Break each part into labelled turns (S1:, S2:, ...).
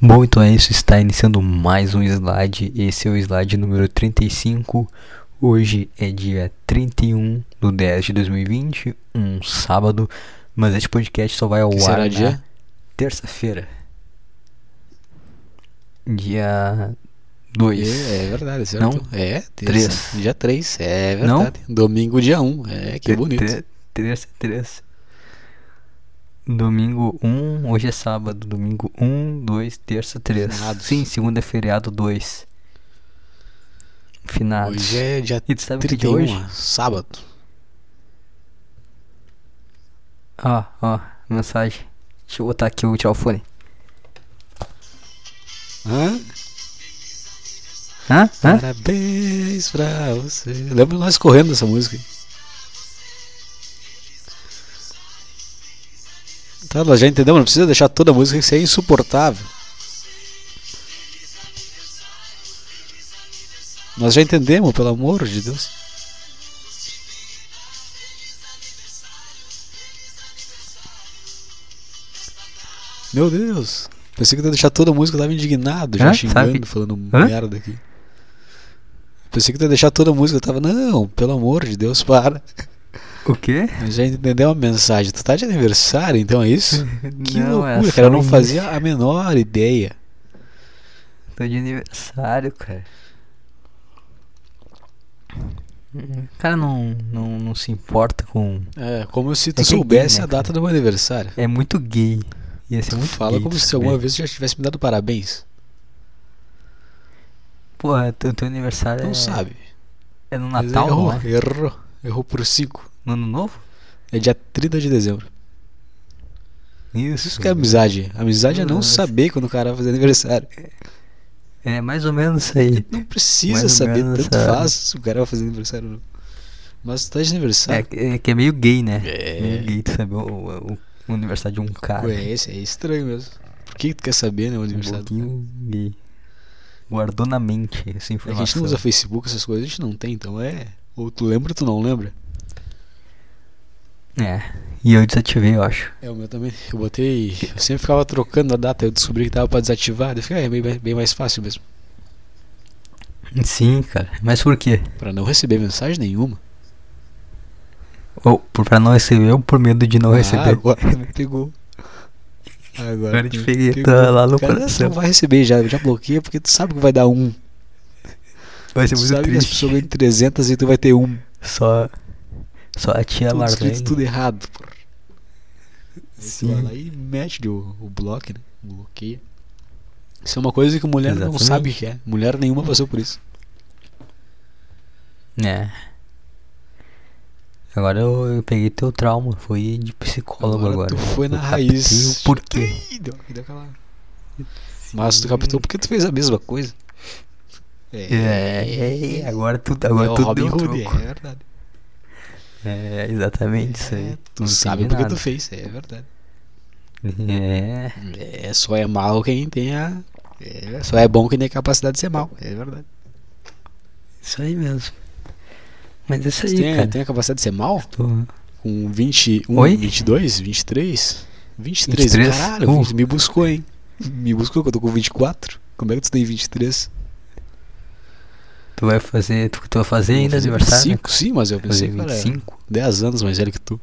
S1: Bom, então é isso, está iniciando mais um slide, esse é o slide número 35, hoje é dia 31 do 10 de 2020, um sábado, mas este podcast só vai ao
S2: Que
S1: ar
S2: será
S1: na
S2: dia?
S1: terça-feira, dia
S2: É,
S1: 2,
S2: é verdade, certo?
S1: Não?
S2: É,
S1: Três.
S2: terça. Dia 3, é
S1: Não?
S2: verdade. Domingo, dia 1. É, que bonito.
S1: terça, terça, domingo 1, hoje é sábado, domingo 1, 2, terça, 3,
S2: Finados.
S1: sim, segunda é feriado 2, finados.
S2: Hoje é dia
S1: E tu sabe o que de
S2: 31,
S1: hoje?
S2: sábado.
S1: Ó, ó, mensagem. Deixa eu botar aqui o tirar o fone.
S2: Hã?
S1: Hã? Hã?
S2: Parabéns pra você. Lembro nós correndo essa música. Tá, nós já entendemos, não precisa deixar toda a música, isso é insuportável. Nós já entendemos, pelo amor de Deus. Meu Deus, pensei que ia deixar toda a música, eu tava indignado, já
S1: Hã?
S2: xingando,
S1: Sabe-
S2: falando
S1: Hã?
S2: merda aqui. Pensei que ia deixar toda a música, eu tava, não, pelo amor de Deus, para.
S1: O quê?
S2: Mas já entendeu a mensagem. Tu tá de aniversário, então é isso? Que loucura,
S1: Hum, é só um
S2: cara. Eu não
S1: isso.
S2: fazia a menor ideia.
S1: Tô de aniversário, cara. Hum, O cara não, não, não se importa com.
S2: É, como se
S1: É
S2: tu
S1: que é
S2: soubesse
S1: gay, né,
S2: a data do meu aniversário.
S1: É muito gay. Ia ser
S2: Tu
S1: muito
S2: fala
S1: gay
S2: como
S1: tu
S2: se
S1: saber.
S2: alguma vez tu já tivesse me dado parabéns.
S1: Porra, teu, teu aniversário
S2: Não
S1: é.
S2: sabe.
S1: É no
S2: Mas
S1: Natal,
S2: errou,
S1: não é?
S2: errou. Errou por 5.
S1: No Ano Novo?
S2: É dia 30 de dezembro.
S1: Isso.
S2: Isso que é amizade. Amizade é não
S1: Nossa.
S2: saber quando o cara vai fazer aniversário.
S1: É mais ou menos isso aí. É
S2: Não precisa
S1: Mais ou
S2: saber,
S1: menos,
S2: tanto
S1: sabe?
S2: faz se o cara vai fazer aniversário ou não. Mas tu tá de
S1: É,
S2: aniversário.
S1: que- é que é meio gay, né?
S2: É.
S1: Meio gay, tu sabe? O, o, o aniversário de um cara.
S2: Ué, esse é estranho mesmo. Por que que tu quer saber, né, o aniversário? do cara?
S1: Um pouquinho gay. Guardou na mente essa
S2: É que a
S1: informação.
S2: gente não usa Facebook, essas coisas, a gente não tem, então é. Ou tu lembra ou tu não lembra.
S1: É, e eu desativei, eu acho.
S2: É, o meu também. Eu botei. Eu sempre ficava trocando a data, eu descobri que tava pra desativar, daí fica, ah, é bem, bem mais fácil mesmo.
S1: Sim, cara. Mas por quê?
S2: Pra não receber mensagem nenhuma.
S1: Ou por, pra não receber ou por medo de não
S2: Ah,
S1: receber?
S2: agora me pegou. Agora,
S1: Agora te
S2: me
S1: peguei,
S2: pegou.
S1: tá lá no
S2: Cara, tu
S1: coração.
S2: não vai receber já, já bloqueia porque tu sabe que vai dar um.
S1: Vai ser
S2: Tu
S1: muito
S2: sabe que as
S1: triste.
S2: pessoas ganham 300 e tu vai ter um.
S1: Só, só a tia
S2: tudo
S1: Marlene.
S2: escrito tudo errado, porra. Aí tu vai
S1: Sim.
S2: lá e mete o, o bloco, né? Bloqueia. Isso é uma coisa que mulher não
S1: Exatamente.
S2: sabe que é. Mulher nenhuma passou por isso.
S1: É. Agora eu, eu peguei teu trauma. Foi de psicólogo agora.
S2: tu foi na
S1: Eu captei
S2: raiz.
S1: o porquê.
S2: Ih, deu- deu aquela- Mas tu captou porque tu fez a mesma coisa.
S1: É, é, agora tu,
S2: É
S1: agora
S2: o
S1: tu
S2: Robin
S1: deu o
S2: Hood,
S1: truco.
S2: é verdade.
S1: É, exatamente isso aí.
S2: É, tu
S1: Não
S2: sabe
S1: entendi
S2: porque
S1: nada.
S2: tu fez, é verdade.
S1: É,
S2: É, só é mal quem tem a. é, só é bom quem tem a capacidade de ser mal, é verdade.
S1: isso aí mesmo. Mas é isso aí,
S2: Tu tem, a-
S1: cara.
S2: tem a capacidade de ser mal?
S1: Tô-
S2: Com 21,
S1: Oi?
S2: 22, 23? 23,
S1: 23?
S2: caralho,
S1: Uh.
S2: vinte- me buscou, hein? Me buscou que eu tô com 24. Como é que tu tem 23?
S1: Tu vai fazer. Tu, tu vai fazer
S2: Vou
S1: ainda
S2: fazer
S1: aniversário? né?
S2: 25? Sim, mas eu é.
S1: Vai fazer
S2: pensei que era
S1: 25?
S2: 10 anos mais velho que tu.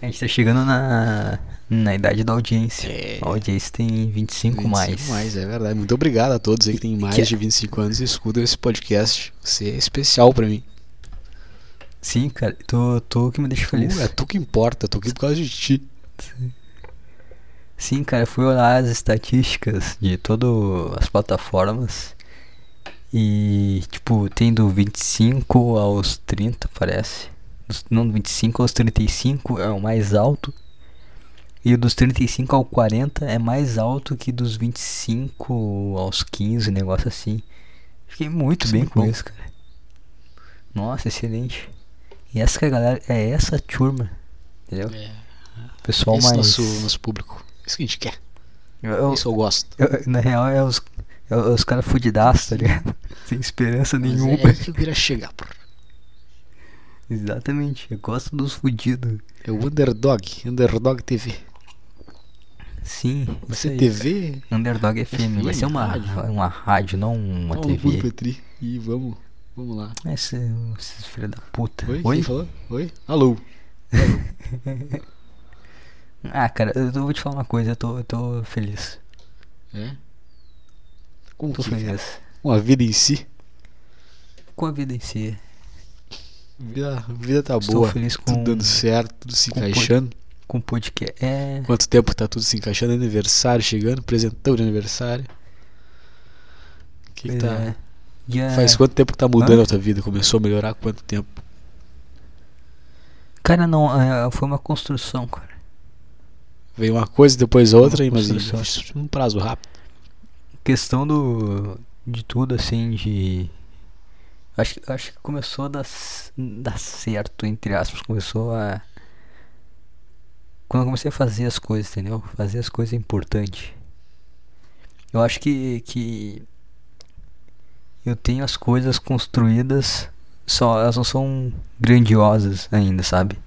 S1: A gente tá chegando na, na idade da audiência.
S2: É.
S1: A audiência tem 25,
S2: 25
S1: mais.
S2: mais, é verdade. Muito obrigado a todos aí que têm mais
S1: Que-
S2: de 25 anos e escutam esse podcast. Você é especial pra mim.
S1: Sim, cara. Tu, tu que me deixa
S2: Tu,
S1: feliz.
S2: é tu que importa, tô aqui por causa de ti.
S1: Sim, cara, eu fui olhar as estatísticas de todas as plataformas e, tipo, tem do 25 aos 30, parece. Dos- Não, do 25 aos 35 é o mais alto. E o dos 35 ao 40 é mais alto que dos 25 aos 15, negócio assim. Fiquei muito
S2: Isso é
S1: bem
S2: muito
S1: com
S2: bom.
S1: isso, cara. Nossa, excelente. E essa que é a galera, é essa turma, entendeu? Pessoal
S2: É. Esse é
S1: mais...
S2: nosso, nosso público. Isso que a gente quer.
S1: Eu- eu-
S2: Isso eu gosto.
S1: eu- na real, é os, é os caras fudidaços, tá ligado? Sem esperança
S2: Mas
S1: nenhuma.
S2: É aí que eu queria chegar, porra.
S1: Exatamente, eu gosto dos fudidos.
S2: É o Underdog, Underdog TV.
S1: Sim.
S2: Vai
S1: isso
S2: ser
S1: aí,
S2: TV?
S1: cara. Underdog FM. Vai
S2: FM,
S1: ser uma
S2: é rádio.
S1: uma rádio, não uma
S2: Ó,
S1: TV.
S2: Lupo Petri. E vamos, vamos lá.
S1: Esse, esses filha da puta.
S2: Oi? Quem falou? Oi? Alô?
S1: Ah, cara, eu eu vou te falar uma coisa, eu tô, eu tô feliz.
S2: É? Com o é?
S1: Tô
S2: quê?
S1: feliz.
S2: Com a vida em si.
S1: Com a vida em si.
S2: Vida, vida tá
S1: Estou
S2: boa.
S1: feliz com-
S2: Tudo dando certo, tudo se
S1: com o
S2: encaixando.
S1: Com o podcast. É.
S2: Quanto tempo tá tudo se encaixando? Aniversário chegando, presentão de aniversário. Que que
S1: pois
S2: tá.
S1: é. Dia-
S2: Faz quanto tempo que tá mudando
S1: Hã?
S2: a tua vida? Começou a melhorar quanto tempo?
S1: Cara, não, é, foi uma construção, cara.
S2: Veio uma coisa, depois outra,
S1: Uma
S2: e mas
S1: construção.
S2: isso num prazo rápido.
S1: Questão do. De tudo, assim, de. Acho, que- acho que começou a dar, c- dar certo, entre aspas. Começou a. Quando eu comecei a fazer as coisas, entendeu? Fazer as coisas é importante. Eu acho que. que eu tenho as coisas construídas, só elas não são grandiosas ainda, sabe?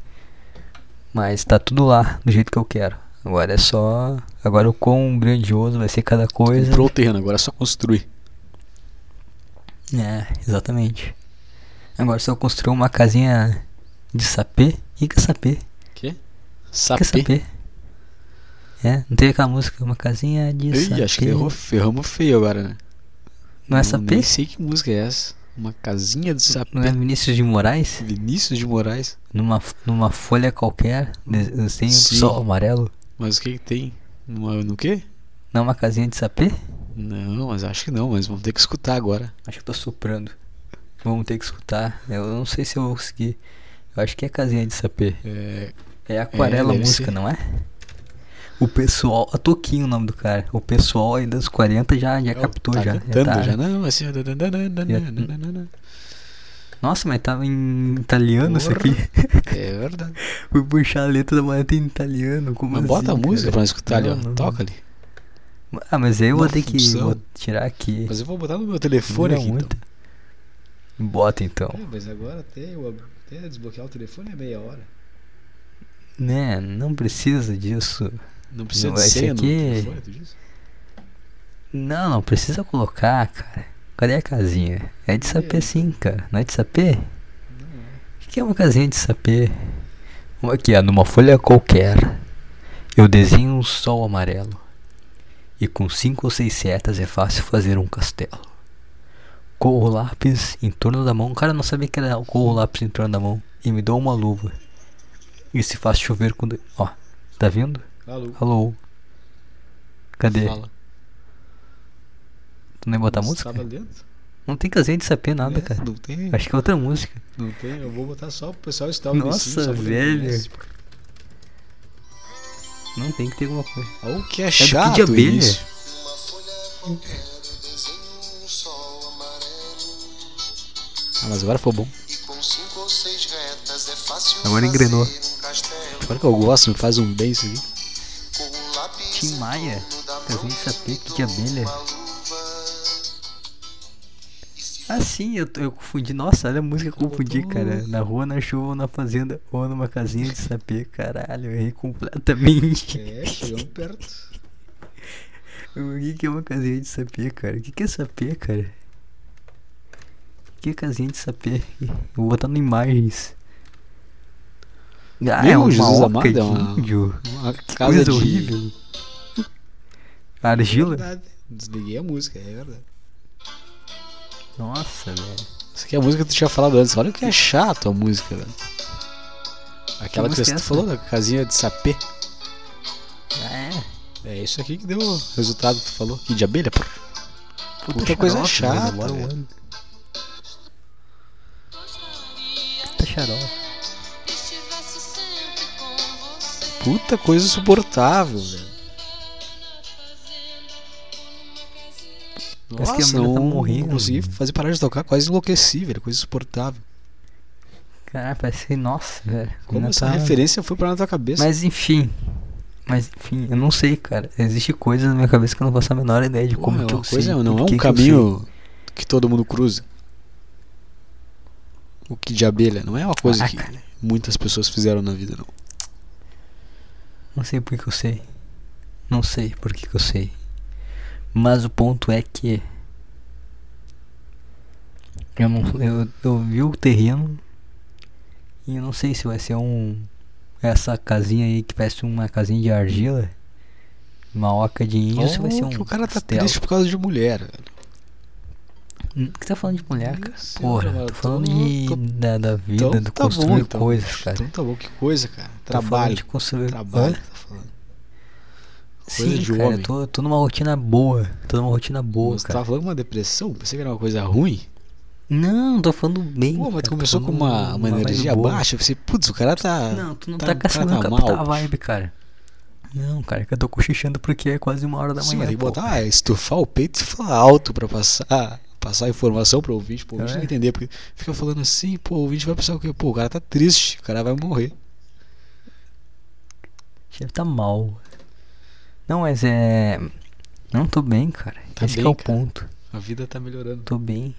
S1: Mas tá tudo lá, do jeito que eu quero. Agora é só. Agora o quão grandioso vai ser cada coisa.
S2: Comprou o terreno, agora é só construir.
S1: É, exatamente. Agora se eu construir uma casinha de sapê, e que é sapê? Que
S2: Quê?
S1: é
S2: Sapê.
S1: sapê? É, não tem aquela música, uma casinha de sapê.
S2: Ih, acho que errou, ferramos feio agora, né?
S1: Não é
S2: Eu
S1: sapê?
S2: Nem sei que música é essa. Uma casinha de sapê.
S1: Não é Vinícius de Moraes?
S2: Vinícius de Moraes.
S1: Numa, numa folha qualquer, de- sem
S2: Sim.
S1: sol amarelo?
S2: Mas o que que tem? Numa- no quê?
S1: Não é uma casinha de sapê?
S2: Não, mas acho que não, mas vamos ter que escutar agora.
S1: Acho que eu tô soprando. Vamos ter que escutar. Eu não sei se eu vou conseguir. Eu acho que é casinha de sapê.
S2: É,
S1: É aquarela
S2: deve
S1: música,
S2: ser.
S1: não é? O pessoal. A Toquinho o nome do cara. O pessoal aí dos 40 já, já
S2: ó,
S1: captou
S2: tá
S1: já. já
S2: Cantando,
S1: tá-
S2: já, não, assim. ó, dananana,
S1: Já-
S2: nananana.
S1: Nossa, mas tava em italiano isso aqui.
S2: É verdade.
S1: Fui puxar a letra da maneta em italiano. Como
S2: Mas
S1: assim,
S2: bota a
S1: cara?
S2: música pra nós escutar ali,
S1: Não,
S2: ó.
S1: não.
S2: Toca ali.
S1: Ah, mas aí eu vou
S2: Uma
S1: ter que
S2: função.
S1: vou tirar aqui.
S2: Mas eu vou botar no meu telefone
S1: Não,
S2: aqui.
S1: muito.
S2: Então.
S1: Bota então.
S2: É, mas agora até, eu, ab- até desbloquear o telefone é meia hora.
S1: Né, não precisa disso.
S2: Não precisa
S1: Não,
S2: de
S1: esse
S2: senha no
S1: aqui- é-
S2: telefone, tu disse?
S1: Não, não precisa colocar, cara. Cadê a casinha? É de sapê sim, cara. Não é de sapê? O que é uma casinha de sapê? Uma Aqui, ó, numa folha qualquer, eu desenho um sol amarelo. E com cinco ou seis setas é fácil fazer um castelo. Corro o lápis em torno da mão. Cara, eu não sabia que era corro o lápis em torno da mão. E me dou uma luva. E se faz chover quando. Ó, tá vendo?
S2: Alô.
S1: Alô? Cadê?
S2: Fala.
S1: Tu nem botar
S2: Mas
S1: música?
S2: Tava dentro?
S1: Não tem casinha de sapê nada,
S2: É,
S1: cara.
S2: Não tem,
S1: Acho que é outra música.
S2: não tem. Eu vou botar só pro pessoal estar
S1: Nossa, velho. Não tem que ter alguma coisa.
S2: Olha o que é chato
S1: de abelha.
S2: isso.
S3: Uma folha qualquer de desenho, um sol amarelo.
S2: Ah, mas agora foi bom.
S3: E com cinco ou seis retas é fácil
S1: Agora
S3: fazer
S1: engrenou.
S3: um castelo.
S2: Agora que eu gosto, me faz um bem isso aqui.
S3: Com o lápis
S1: Tim Maia, Tá
S3: em torno da
S1: Casinha
S3: mão
S1: de sapê,
S3: e
S1: que é de abelha.
S3: uma luva.
S1: Ah, sim, eu, eu confundi. Nossa, olha a música que eu confundi,
S2: botou-
S1: cara. Na rua, na chuva, ou na fazenda, ou numa casinha de sapê. Caralho, eu errei completamente.
S2: É, chegamos perto.
S1: O que, que é uma casinha de sapê, cara? O que, que é sapê, cara? O que é casinha de sapê? Eu vou botar no imagens. Ah,
S2: Meu
S1: é uma
S2: Jesus
S1: oca
S2: amado, é
S1: de
S2: uma-
S1: índio.
S2: Uma casa
S1: Coisa
S2: de...
S1: horrível. Argila?
S2: Verdade. Desliguei a música, é verdade.
S1: Nossa, velho.
S2: Isso aqui é a música que tu tinha falado antes. Olha o que é chato a música, velho. Aquela que,
S1: música
S2: você
S1: é essa?
S2: falou, da casinha de sapê.
S1: Ah, é.
S2: É isso aqui que deu o resultado que tu falou. Que de abelha, pô.
S1: Puta,
S2: Puta coisa
S1: xarope,
S2: chata,
S1: mano, bora um
S2: velho.
S1: ano. Puta Tá xarope.
S4: estivesse sempre com você
S2: Puta coisa insuportável, velho.
S4: na fazenda ou numa casinha.
S1: Parece que a
S2: Nossa,
S1: mina tá
S2: não
S1: morrendo.
S2: consegui fazer parar de tocar, quase enlouqueci, velho. Coisa insuportável.
S1: Caralho, parece que, nossa, velho.
S2: Como
S1: Não
S2: essa
S1: tá-
S2: referência foi parar na tua cabeça?
S1: Mas enfim. Mas enfim, eu não sei, cara. Existe coisas na minha cabeça que eu não faço a menor ideia de
S2: Pô,
S1: como
S2: é
S1: que eu
S2: uma coisa,
S1: sei,
S2: não
S1: por
S2: é
S1: que
S2: um
S1: que eu sei.
S2: caminho que, todo mundo cruza. O que de abelha não é uma coisa
S1: Ah,
S2: que
S1: cara.
S2: muitas pessoas fizeram na vida, não.
S1: Não sei por que eu sei. Não sei por que, que eu sei. Mas o ponto é que. Eu, não, eu, eu vi o terreno. E eu não sei se vai ser um. Essa casinha aí que parece uma casinha de argila. Uma oca de índio. ou se vai ser
S2: Ou
S1: um.
S2: que o cara tá
S1: castelo.
S2: triste por causa de mulher. velho.
S1: Hum, que tá falando de mulher,
S2: Não
S1: cara?
S2: sei,
S1: Porra,
S2: cara,
S1: tô
S2: tô-
S1: falando de,
S2: tô-
S1: da, da vida, do
S2: tá bom,
S1: construir
S2: então.
S1: coisas, cara.
S2: Então tá bom, que coisa, cara.
S1: Tô falando
S2: Trabalho.
S1: de construir
S2: Trabalho,
S1: Hã?
S2: tá falando.
S1: Sim,
S2: de
S1: cara,
S2: homem. tá-
S1: eu tô, tô numa rotina boa. Tô numa rotina boa,
S2: Você
S1: cara.
S2: tava falando de uma depressão? Pensei que era uma coisa ruim.
S1: Não, tô falando bem.
S2: Pô, mas
S1: cara, tá
S2: tu começou
S1: tô
S2: com uma,
S1: numa
S2: uma
S1: vibe
S2: energia
S1: boa.
S2: baixa. Eu pensei, putz, o cara tá.
S1: Não, tu não
S2: tá-
S1: tá,
S2: tá
S1: conseguindo
S2: na
S1: captar
S2: mal,
S1: a vibe, cara. Não, cara, é que eu tô cochichando porque é quase uma hora da
S2: Sim,
S1: manhã.
S2: mas tem que
S1: pô.
S2: botar, ah, estufar o peito e falar alto pra passar, passar informação pro ouvinte, pro ouvinte
S1: É.
S2: não entender, porque fica falando assim, pô, o ouvinte vai pensar o quê? Pô, o cara tá triste, o cara vai morrer.
S1: Chefe tá mal. Não, mas é. Não tô bem, cara.
S2: Tá
S1: Esse que
S2: bem,
S1: é o
S2: cara.
S1: ponto.
S2: A vida tá melhorando.
S1: Tô bem.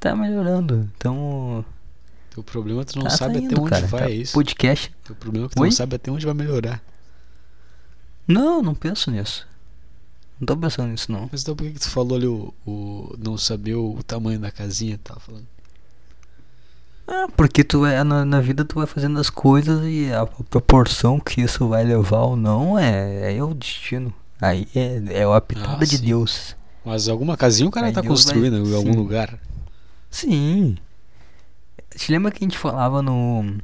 S1: Tá melhorando. Então.
S2: Teu problema é tu não
S1: tá
S2: sabe
S1: saindo,
S2: até onde
S1: cara.
S2: vai é
S1: Tá-
S2: isso.
S1: Podcast.
S2: Teu problema é que tu
S1: Oi?
S2: não sabe até onde vai melhorar.
S1: Não, não penso nisso. Não tô pensando nisso, não.
S2: Mas então por que, que tu falou ali o, o- não saber o tamanho da casinha que tava falando?
S1: Ah, porque tu vai, na, na vida tu vai fazendo as coisas e a proporção que isso vai levar ou não é, é o destino. Aí é, é a pitada
S2: Ah,
S1: de
S2: sim.
S1: Deus.
S2: Mas alguma casinha o cara
S1: Aí
S2: tá
S1: Deus vai-
S2: construindo em algum
S1: sim.
S2: lugar.
S1: Sim. Te lembra que a gente falava no.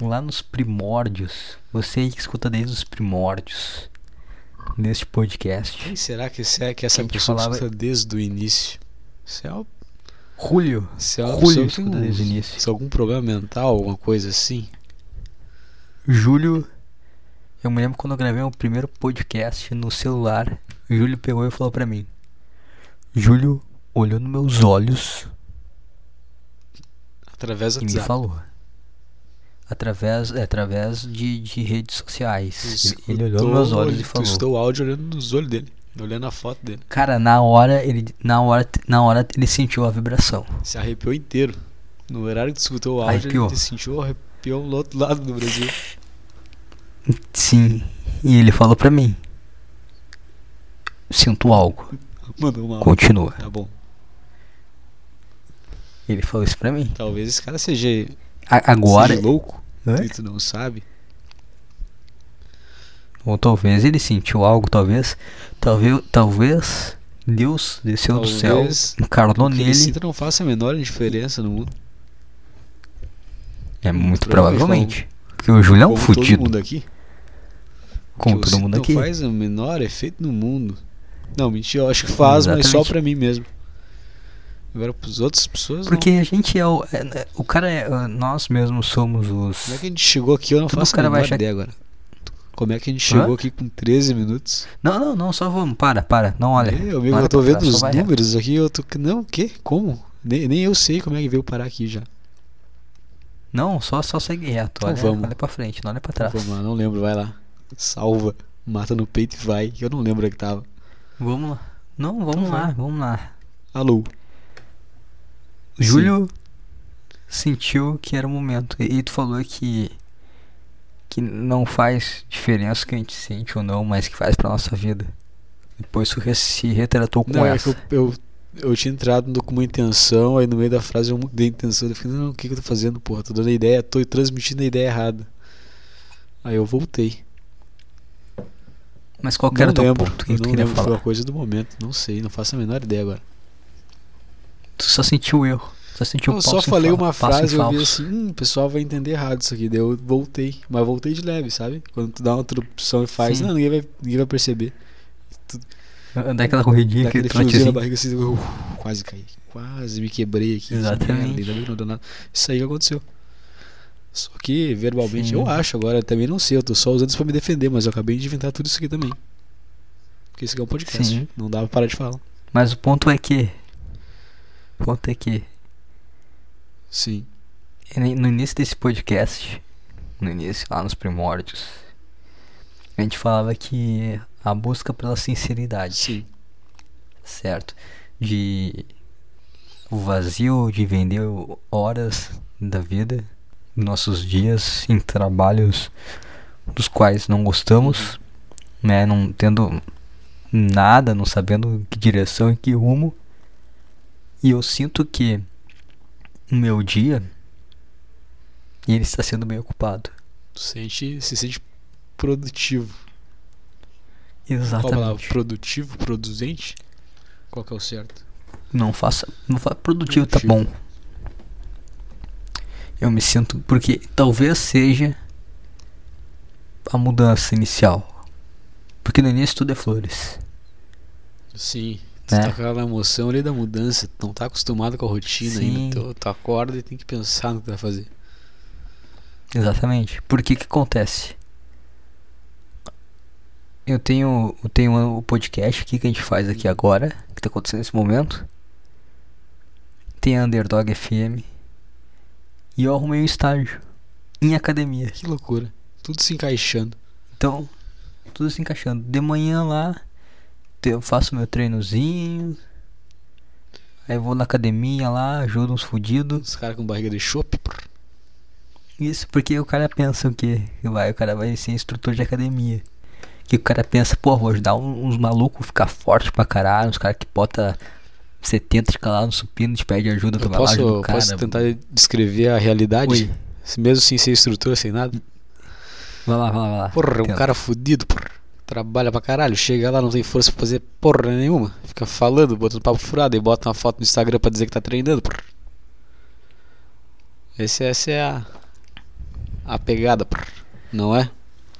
S1: Lá nos primórdios. Você aí que escuta desde os primórdios. Neste podcast.
S2: Quem será que, esse é, que essa
S1: Quem te
S2: pessoa
S1: falava-
S2: escuta desde o início? Isso é, o-
S1: Julio.
S2: isso é uma
S1: Julio
S2: pessoa que tem
S1: escuta
S2: um-
S1: desde o início.
S2: Se algum problema mental, alguma coisa assim.
S1: Júlio. Eu me lembro quando eu gravei o primeiro podcast no celular. o Júlio pegou e falou pra mim: Júlio olhou nos meus olhos
S2: Através do
S1: e me
S2: WhatsApp.
S1: falou. Através, é, através de, de redes sociais.
S2: Tu
S1: Ele, ele olhou nos meus
S2: escutou-
S1: olhos e
S2: Tu
S1: falou.
S2: estou o áudio olhando nos olhos dele, olhando a foto dele.
S1: Cara, na hora, ele, na, hora, na hora ele sentiu a vibração.
S2: Se arrepiou inteiro. No horário que tu escutou o áudio,
S1: Arrepiou.
S2: ele sentiu o arrepião do outro lado do Brasil.
S1: Sim. E ele falou pra mim: Sinto algo.
S2: Mandou uma áudio.
S1: Continua.
S2: Tá bom.
S1: Ele falou isso pra mim.
S2: Talvez esse cara seja,
S1: A- agora. é- né?
S2: seja louco,
S1: Hã?
S2: e tu não sabe.
S1: Ou talvez ele sentiu algo, talvez. Talvez. Talvez Deus desceu do céu,
S2: Talvez
S1: encarnou
S2: O que ele
S1: nele.
S2: sinta não faça a menor diferença no mundo.
S1: É muito
S2: Provavelmente,
S1: provavelmente. Porque o Júlio é um
S2: como todo
S1: fudido.
S2: mundo aqui.
S1: Como
S2: O que eu
S1: todo mundo
S2: sinto
S1: aqui.
S2: Não faz o menor efeito no mundo. Não, mentira, eu acho que faz, mas só
S1: Exatamente.
S2: pra mim mesmo. Agora pros outras pessoas não.
S1: Porque a gente é o. é- é- o cara é. é, Nós mesmos somos
S2: Como é
S1: os.
S2: que a gente chegou aqui? Eu não
S1: Tudo
S2: faço
S1: o cara
S2: a
S1: vai
S2: menor
S1: achar que-
S2: ideia agora. Como é que a gente chegou
S1: Hã?
S2: aqui com 13 minutos?
S1: Não, não, não, só vamos. Para, para. Não olha.
S2: Meu
S1: não
S2: amigo,
S1: olha
S2: eu tô
S1: pra
S2: vendo
S1: trás, só
S2: os
S1: vai reto.
S2: números aqui eu tô. Não, o quê? Como? Nem, nem eu sei como é que veio parar aqui já.
S1: Não, só, só segue reto.
S2: Então
S1: Olha,
S2: vamos.
S1: olha pra frente, não olha pra trás.
S2: Vamos lá, não lembro, vai lá. Salva, mata no peito e vai. Eu não lembro onde é que tava.
S1: Vamos lá. Não, vamos
S2: Então
S1: lá,
S2: vai.
S1: vamos lá.
S2: Alô. Sim.
S1: Júlio sentiu que era o momento. E, e tu falou que que não faz diferença o que a gente sente ou não, mas que faz pra nossa vida. Depois tu re- se retratou com
S2: Não, é que
S1: essa.
S2: eu, eu, eu tinha entrado no- com uma intenção, aí no meio da frase eu mudei a intenção. Eu fiquei, não, o que, que eu tô fazendo, porra? Tô dando ideia, tô transmitindo a ideia errada. Aí eu voltei.
S1: Mas qual que era o
S2: não
S1: teu
S2: lembro.
S1: ponto? O
S2: eu
S1: que tu
S2: não
S1: queria
S2: lembro, foi
S1: falar?
S2: uma coisa do momento. Não sei, não faço a menor ideia agora.
S1: Tu só sentiu o erro. Só sentiu
S2: eu
S1: o
S2: só
S1: passo em
S2: falei
S1: fala-
S2: uma
S1: passo em
S2: frase e eu vi
S1: falso.
S2: assim, hum, o pessoal vai entender errado isso aqui. Daí eu voltei, mas voltei de leve, sabe? Quando tu dá uma interrupção e faz,
S1: Sim.
S2: não, ninguém vai, ninguém vai perceber.
S1: Daquela corridinha
S2: Dá
S1: que
S2: aquele
S1: ele
S2: friozinho na barriga assim, eu, uh, quase caí, quase me quebrei aqui. que
S1: Exatamente.
S2: merda, ainda bem que não deu nada. Isso aí que aconteceu. Só que verbalmente
S1: Sim.
S2: eu acho agora, eu também não sei, eu tô só usando isso pra me defender, mas eu acabei de inventar tudo isso aqui também. Porque isso aqui é um podcast,
S1: Sim.
S2: não dá pra parar de falar.
S1: Mas o ponto é que. O ponto é que.
S2: Sim.
S1: No início desse podcast, no início, lá nos primórdios, a gente falava que a busca pela sinceridade,
S2: Sim.
S1: certo? De o vazio de vender o- horas da vida, nossos dias em trabalhos dos quais não gostamos, né? Não tendo nada, não sabendo que direção e que rumo. E eu sinto que o meu dia ele está sendo bem ocupado.
S2: Tu sente, se sente produtivo. Qual a palavra?
S1: Exatamente.
S2: Produtivo, produzente? Qual que é o certo?
S1: Não faça. Não fa produtivo, tá bom.
S2: Produtivo.
S1: Eu me sinto. Porque talvez seja a mudança inicial. Porque no início tudo é flores.
S2: Sim. Tu
S1: Né?
S2: tá com aquela emoção ali da mudança, tu não tá acostumado com a rotina
S1: Sim.
S2: ainda. Tu, tu acorda e tem que pensar no que tu vai fazer.
S1: Exatamente. Porque que acontece? Eu tenho, eu tenho o podcast aqui que a gente faz aqui agora, que tá acontecendo nesse momento. Tem a Underdog FM. E eu arrumei um estágio em academia.
S2: Que loucura. Tudo se encaixando.
S1: Então, tudo se encaixando. De manhã lá, te- eu faço meu treinozinho. Aí vou na academia lá, ajudo uns fudidos.
S2: Os caras com barriga de chope. prr.
S1: Isso porque o cara pensa o quê? Que Vai, o cara vai ser instrutor de academia. Que o cara pensa, pô, vou ajudar um- uns malucos a ficar forte pra caralho. Uns caras que bota 70 de calado no supino, te pede ajuda, tu
S2: Eu
S1: vai lá ajuda
S2: posso,
S1: o um cara.
S2: posso tentar descrever a realidade?
S1: Ui,
S2: Se Mesmo sem ser instrutor, sem nada.
S1: vai lá, vai lá, vai lá.
S2: Porra, um
S1: Tenta.
S2: cara fudido, porra. Trabalha pra caralho, chega lá, não tem força pra fazer porra nenhuma. Fica falando, botando papo furado e bota uma foto no Instagram pra dizer que tá treinando, porra. Esse, essa é a. A pegada, porra. Não é?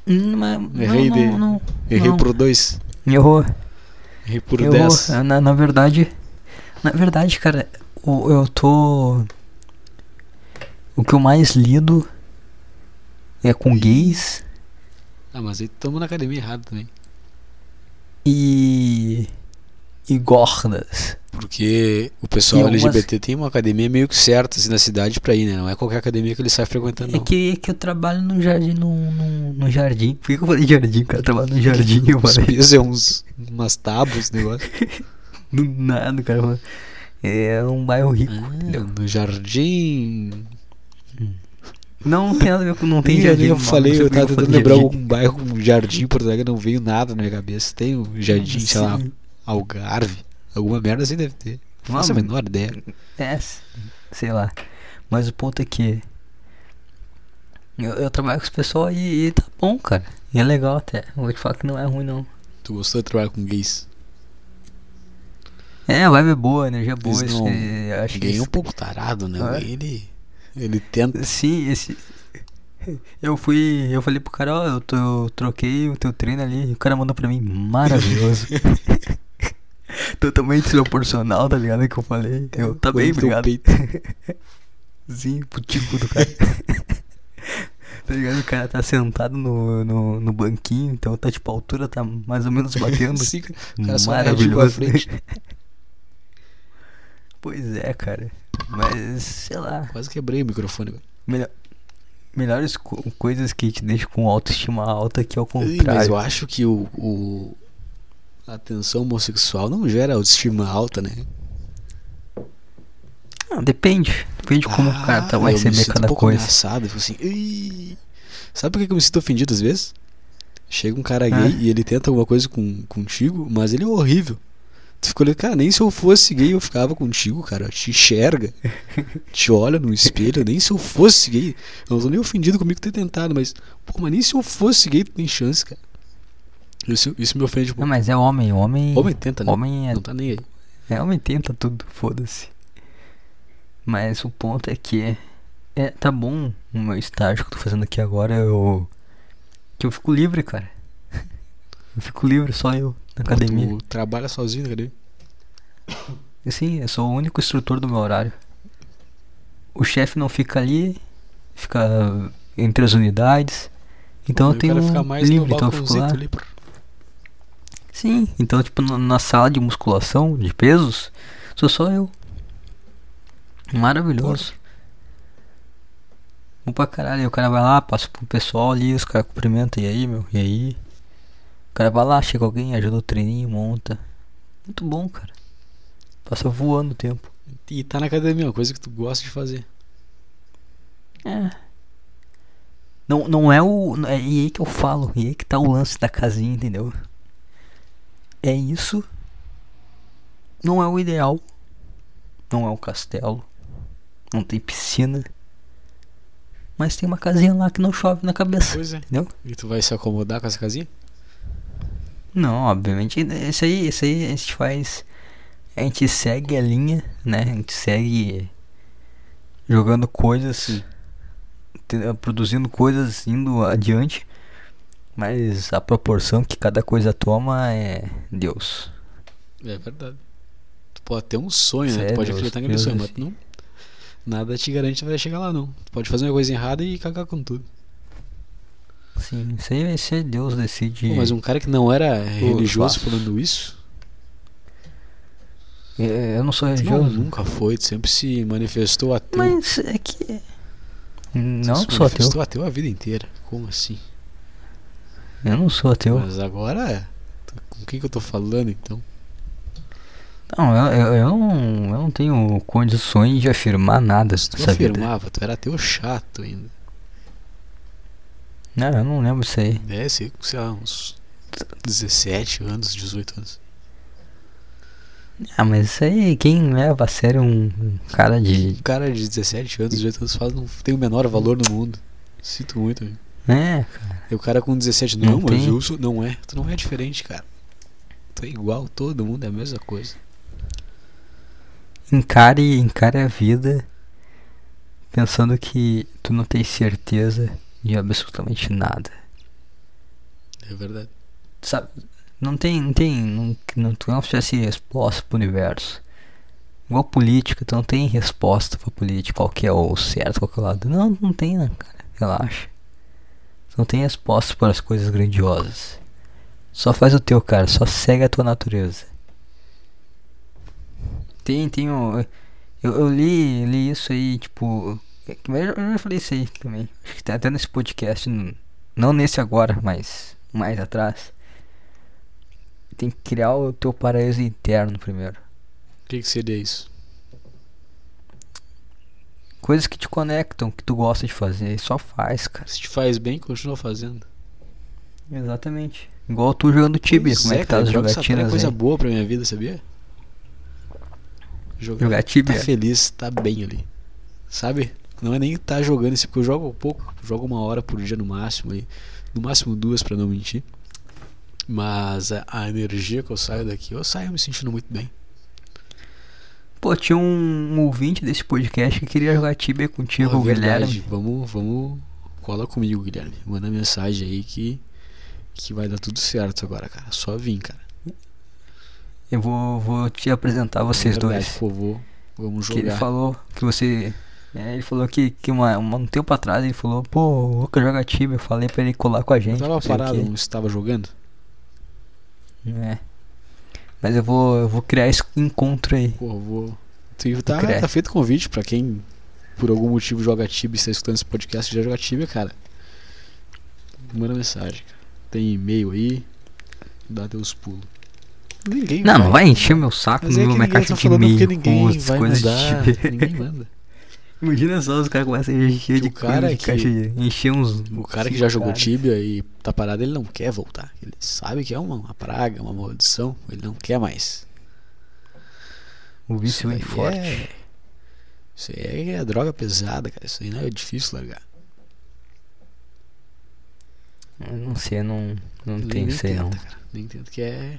S1: Hum, mas- não,
S2: Errei
S1: não,
S2: de-
S1: não,
S2: Errei
S1: não.
S2: por dois,
S1: Errou.
S2: errei por
S1: Eu-
S2: 10.
S1: Na, na verdade. Na verdade, cara, o- eu tô. O que eu mais lido é com gays
S2: Ah, mas aí tamo na academia errada também.
S1: e. e gordas.
S2: Porque o pessoal
S1: E algumas-
S2: LGBT tem uma academia meio que certa assim, na cidade pra ir, né? Não é qualquer academia que ele sai frequentando,
S1: É
S2: não.
S1: que, é que eu trabalho num jardim. Num, num, num jardim. Por que que eu falei jardim, cara? Eu trabalho num jardim, eu
S2: Os
S1: falei.
S2: pisos é uns, umas tábuas, negócio.
S1: Do nada, cara. mano. É um bairro rico. entendeu?
S2: no jardim.
S1: Não tem nada a ver com. Não tem
S2: Ih,
S1: jardim.
S2: Eu
S1: mano,
S2: falei,
S1: não sei
S2: eu
S1: por que
S2: tava
S1: falei
S2: tentando lembrar
S1: jardim.
S2: algum bairro com jardim em Porto Alegre, não veio nada na minha cabeça. Tem um jardim, sei lá,
S1: Sim.
S2: Algarve. Alguma merda assim deve ter.
S1: Não,
S2: Não faço a
S1: mas-
S2: menor ideia.
S1: É, s- sei lá. Mas o ponto é que eu, eu trabalho com esse pessoal e, e tá bom, cara. E é legal até. Vou te falar que não é ruim não.
S2: Tu gostou de trabalhar com gays?
S1: É, a vibe é boa, a energia é boa,
S2: Eles
S1: isso
S2: não
S1: que- eu acho que
S2: Gay é um
S1: isso-
S2: pouco tarado, né?
S1: Ah, é?
S2: Ele. Ele tenta.
S1: Sim, esse. Eu fui. Eu falei pro cara, ó, eu, tô- eu troquei o teu treino ali. E o cara mandou pra mim, maravilhoso. Totalmente desproporcional, tá ligado? Que eu falei. Eu, tá bem,
S2: Olho no teu
S1: obrigado.
S2: peito.
S1: Sim, pro tipo do cara. tá ligado? O cara tá sentado no, no, no banquinho, então tá tipo a altura tá mais ou menos batendo.
S2: Sim, assim, o cara só mede pra frente.
S1: Pois é, cara. Mas, sei lá.
S2: Quase quebrei o microfone. agora.
S1: Melhor, melhores co- coisas que te deixam com autoestima alta que ao
S2: Ih, Mas eu
S1: contrário.
S2: acho que o, o- A tensão homossexual não gera autoestima alta, né?
S1: Ah, depende. Depende de como o cara tá, vai
S2: eu me
S1: receber
S2: sinto um
S1: cada
S2: pouco
S1: coisa.
S2: ameaçado, eu fico assim, "Ih". Sabe por que que eu me sinto ofendido às vezes? Chega um cara
S1: Ah.
S2: gay e ele tenta alguma coisa com, contigo, mas ele é horrível. Tu fica olhando, cara, nem se eu fosse gay eu ficava contigo, cara. Te enxerga, te olha no espelho, nem se eu fosse gay. Eu não tô nem ofendido comigo ter tentado, mas, pô, mas nem se eu fosse gay tu tem chance, cara. Isso, isso me ofende um
S1: Não,
S2: pouco.
S1: mas é homem, homem.
S2: Homem tenta, né?
S1: homem é
S2: Não tá nem aí.
S1: É, homem tenta tudo, foda-se. Mas o ponto é que é, tá bom o meu estágio que eu tô fazendo aqui agora, eu. Que eu fico livre, cara. Eu fico livre, só eu na academia.
S2: Tu trabalha sozinho na academia.
S1: E Sim, eu sou o único instrutor do meu horário. O chefe não fica ali, fica entre as unidades. Então
S2: Aí
S1: eu
S2: o
S1: tenho
S2: cara fica mais no
S1: livre, então eu fico
S2: balcãozinho
S1: lá.
S2: ali, pô.
S1: Sim, então, tipo, na, na sala de musculação, de pesos, sou só eu. Maravilhoso. Bom pra caralho. Aí o cara vai lá, passa pro pessoal ali, os caras cumprimentam, e aí, meu, e aí? O cara vai lá, chega alguém, ajuda o treininho, monta. Muito bom, cara. Passa voando o tempo.
S2: E tá na academia, uma coisa que tu gosta de fazer.
S1: É. Não, não é o. É aí que eu falo, e aí que tá o lance da casinha, entendeu? É isso. Não é o ideal. Não é o castelo. Não tem piscina. Mas tem uma casinha lá que não chove na cabeça.
S2: Pois é.
S1: Entendeu?
S2: E tu vai se acomodar com essa casinha?
S1: Não, obviamente, isso aí, isso aí a gente faz. A gente segue a linha, né? A gente segue jogando coisas, te- produzindo coisas, indo adiante. Mas a proporção que cada coisa toma é Deus.
S2: É verdade. Tu pode ter um sonho, né?
S1: Sério,
S2: Tu pode
S1: os
S2: acreditar naquele
S1: teus
S2: sonho, mas
S1: assim.
S2: tu não. Nada te garante que vai chegar lá, não. Tu pode fazer uma coisa errada e cagar com tudo.
S1: Sim, isso aí vai ser Deus decide.
S2: Pô, mas um cara que não era religioso
S1: faço.
S2: falando isso,
S1: É, Eu não sou
S2: tu não,
S1: religioso.
S2: nunca foi, tu sempre se manifestou ateu.
S1: Mas é que.
S2: Tu
S1: Não, eu
S2: se
S1: não sou ateu.
S2: manifestou ateu a vida inteira. Como assim?
S1: Eu não sou ateu.
S2: Mas agora. tu- Com quem que eu tô falando então?
S1: Não, eu, eu, eu não, eu não tenho condições de afirmar nada.
S2: Se tu
S1: dessa vida.
S2: afirmava, tu era ateu chato ainda.
S1: Não, eu não lembro isso aí.
S2: É, sei, sei lá, uns 17 anos, 18 anos.
S1: Ah, mas isso aí, quem leva a sério um um cara de.
S2: Um cara de 17 anos, 18 anos faz, não tem o menor valor no mundo. Sinto muito, amigo.
S1: né?
S2: E o cara com 17,
S1: Não
S2: não, mas
S1: tem.
S2: eu sou, não é. Tu não é diferente, cara. Tu é igual, todo mundo é a mesma coisa.
S1: Encare, encare a vida pensando que tu não tens certeza de absolutamente nada.
S2: É verdade.
S1: Sabe? Não tem. Não tem. Não, não, é tu não oferece resposta pro universo. Igual política, tu não tem resposta pra política, qual que é o certo, qual que é o lado. Não, não tem, né, cara? Relaxa. Tu não tem resposta para as coisas grandiosas. Só faz o teu, cara. Só segue a tua natureza. Tem, tem um. Eu, eu li, li isso aí, tipo. é que Eu já- eu já falei isso aí também. Acho que tá até nesse podcast. n- Não nesse agora, mas mais atrás. Tem que criar o teu paraíso interno primeiro.
S2: O que, que seria isso?
S1: Coisas que te conectam, que tu gosta de fazer. Só faz, cara.
S2: Se te faz bem, continua fazendo.
S1: Exatamente. Igual tu jogando Tibia.
S2: Pois
S1: Como é que tá
S2: cara,
S1: as
S2: pior que Satã é
S1: jogatinas
S2: coisa
S1: aí?
S2: boa pra minha vida, sabia? Jogar,
S1: Jogar
S2: tá
S1: Tibia.
S2: feliz, tá bem ali. Sabe? Não é nem tá jogando isso, porque eu jogo pouco, jogo uma hora por dia no máximo aí. No máximo duas pra não mentir. Mas a, a energia que eu saio daqui, eu saio me sentindo muito bem.
S1: Pô, tinha um, um ouvinte desse podcast que queria jogar Tibia contigo,
S2: Ó,
S1: o
S2: é verdade,
S1: Guilherme.
S2: Vamos, vamos. Cola comigo, Guilherme. Manda mensagem aí que. Que vai dar tudo certo agora, cara. Só vim, cara.
S1: Eu vou, vou te apresentar vocês
S2: Verdade,
S1: dois.
S2: Pô, vou, vamos
S1: Que ele
S2: jogar.
S1: falou que você. é, ele falou que, que uma, uma- um tempo atrás ele falou, pô, o Luca joga Tibia, eu falei pra ele colar com a
S2: Eu
S1: gente.
S2: tava
S1: não sei o
S2: parado,
S1: quê.
S2: não estava jogando?
S1: É. Mas eu vou, eu vou criar esse encontro aí.
S2: Pô, eu vou. Tu- Tá,
S1: crer.
S2: tá feito convite pra quem por algum motivo joga Tibia e está escutando esse podcast e já joga Tibia, cara. Manda mensagem, cara. Tem e-mail aí. Dá teus pulos. Ninguém
S1: Não, não vai encher meu saco,
S2: Então. Mas é
S1: meu,
S2: que
S1: minha
S2: ninguém
S1: caixa
S2: tá
S1: de
S2: falando porque
S1: e-mail com
S2: ninguém
S1: as
S2: vai
S1: coisas
S2: mandar.
S1: de Tibia.
S2: Ninguém manda.
S1: Imagina só os caras começam a encher
S2: Que
S1: de
S2: o cara
S1: coisa, de
S2: que-
S1: caixa de... Encher uns...
S2: O cara que
S1: cinco
S2: já jogou
S1: caras.
S2: Tibia e tá parado, ele não quer voltar. Ele sabe que é uma, uma praga, uma maldição. Ele não quer mais.
S1: O vício vem
S2: Isso aí
S1: forte.
S2: é- Isso aí é droga pesada, cara. Isso aí não é difícil largar.
S1: Eu não sei, eu não, não
S2: Nem-
S1: tenho
S2: nem
S1: isso aí não.
S2: tenta, é cara. Nem tento que é.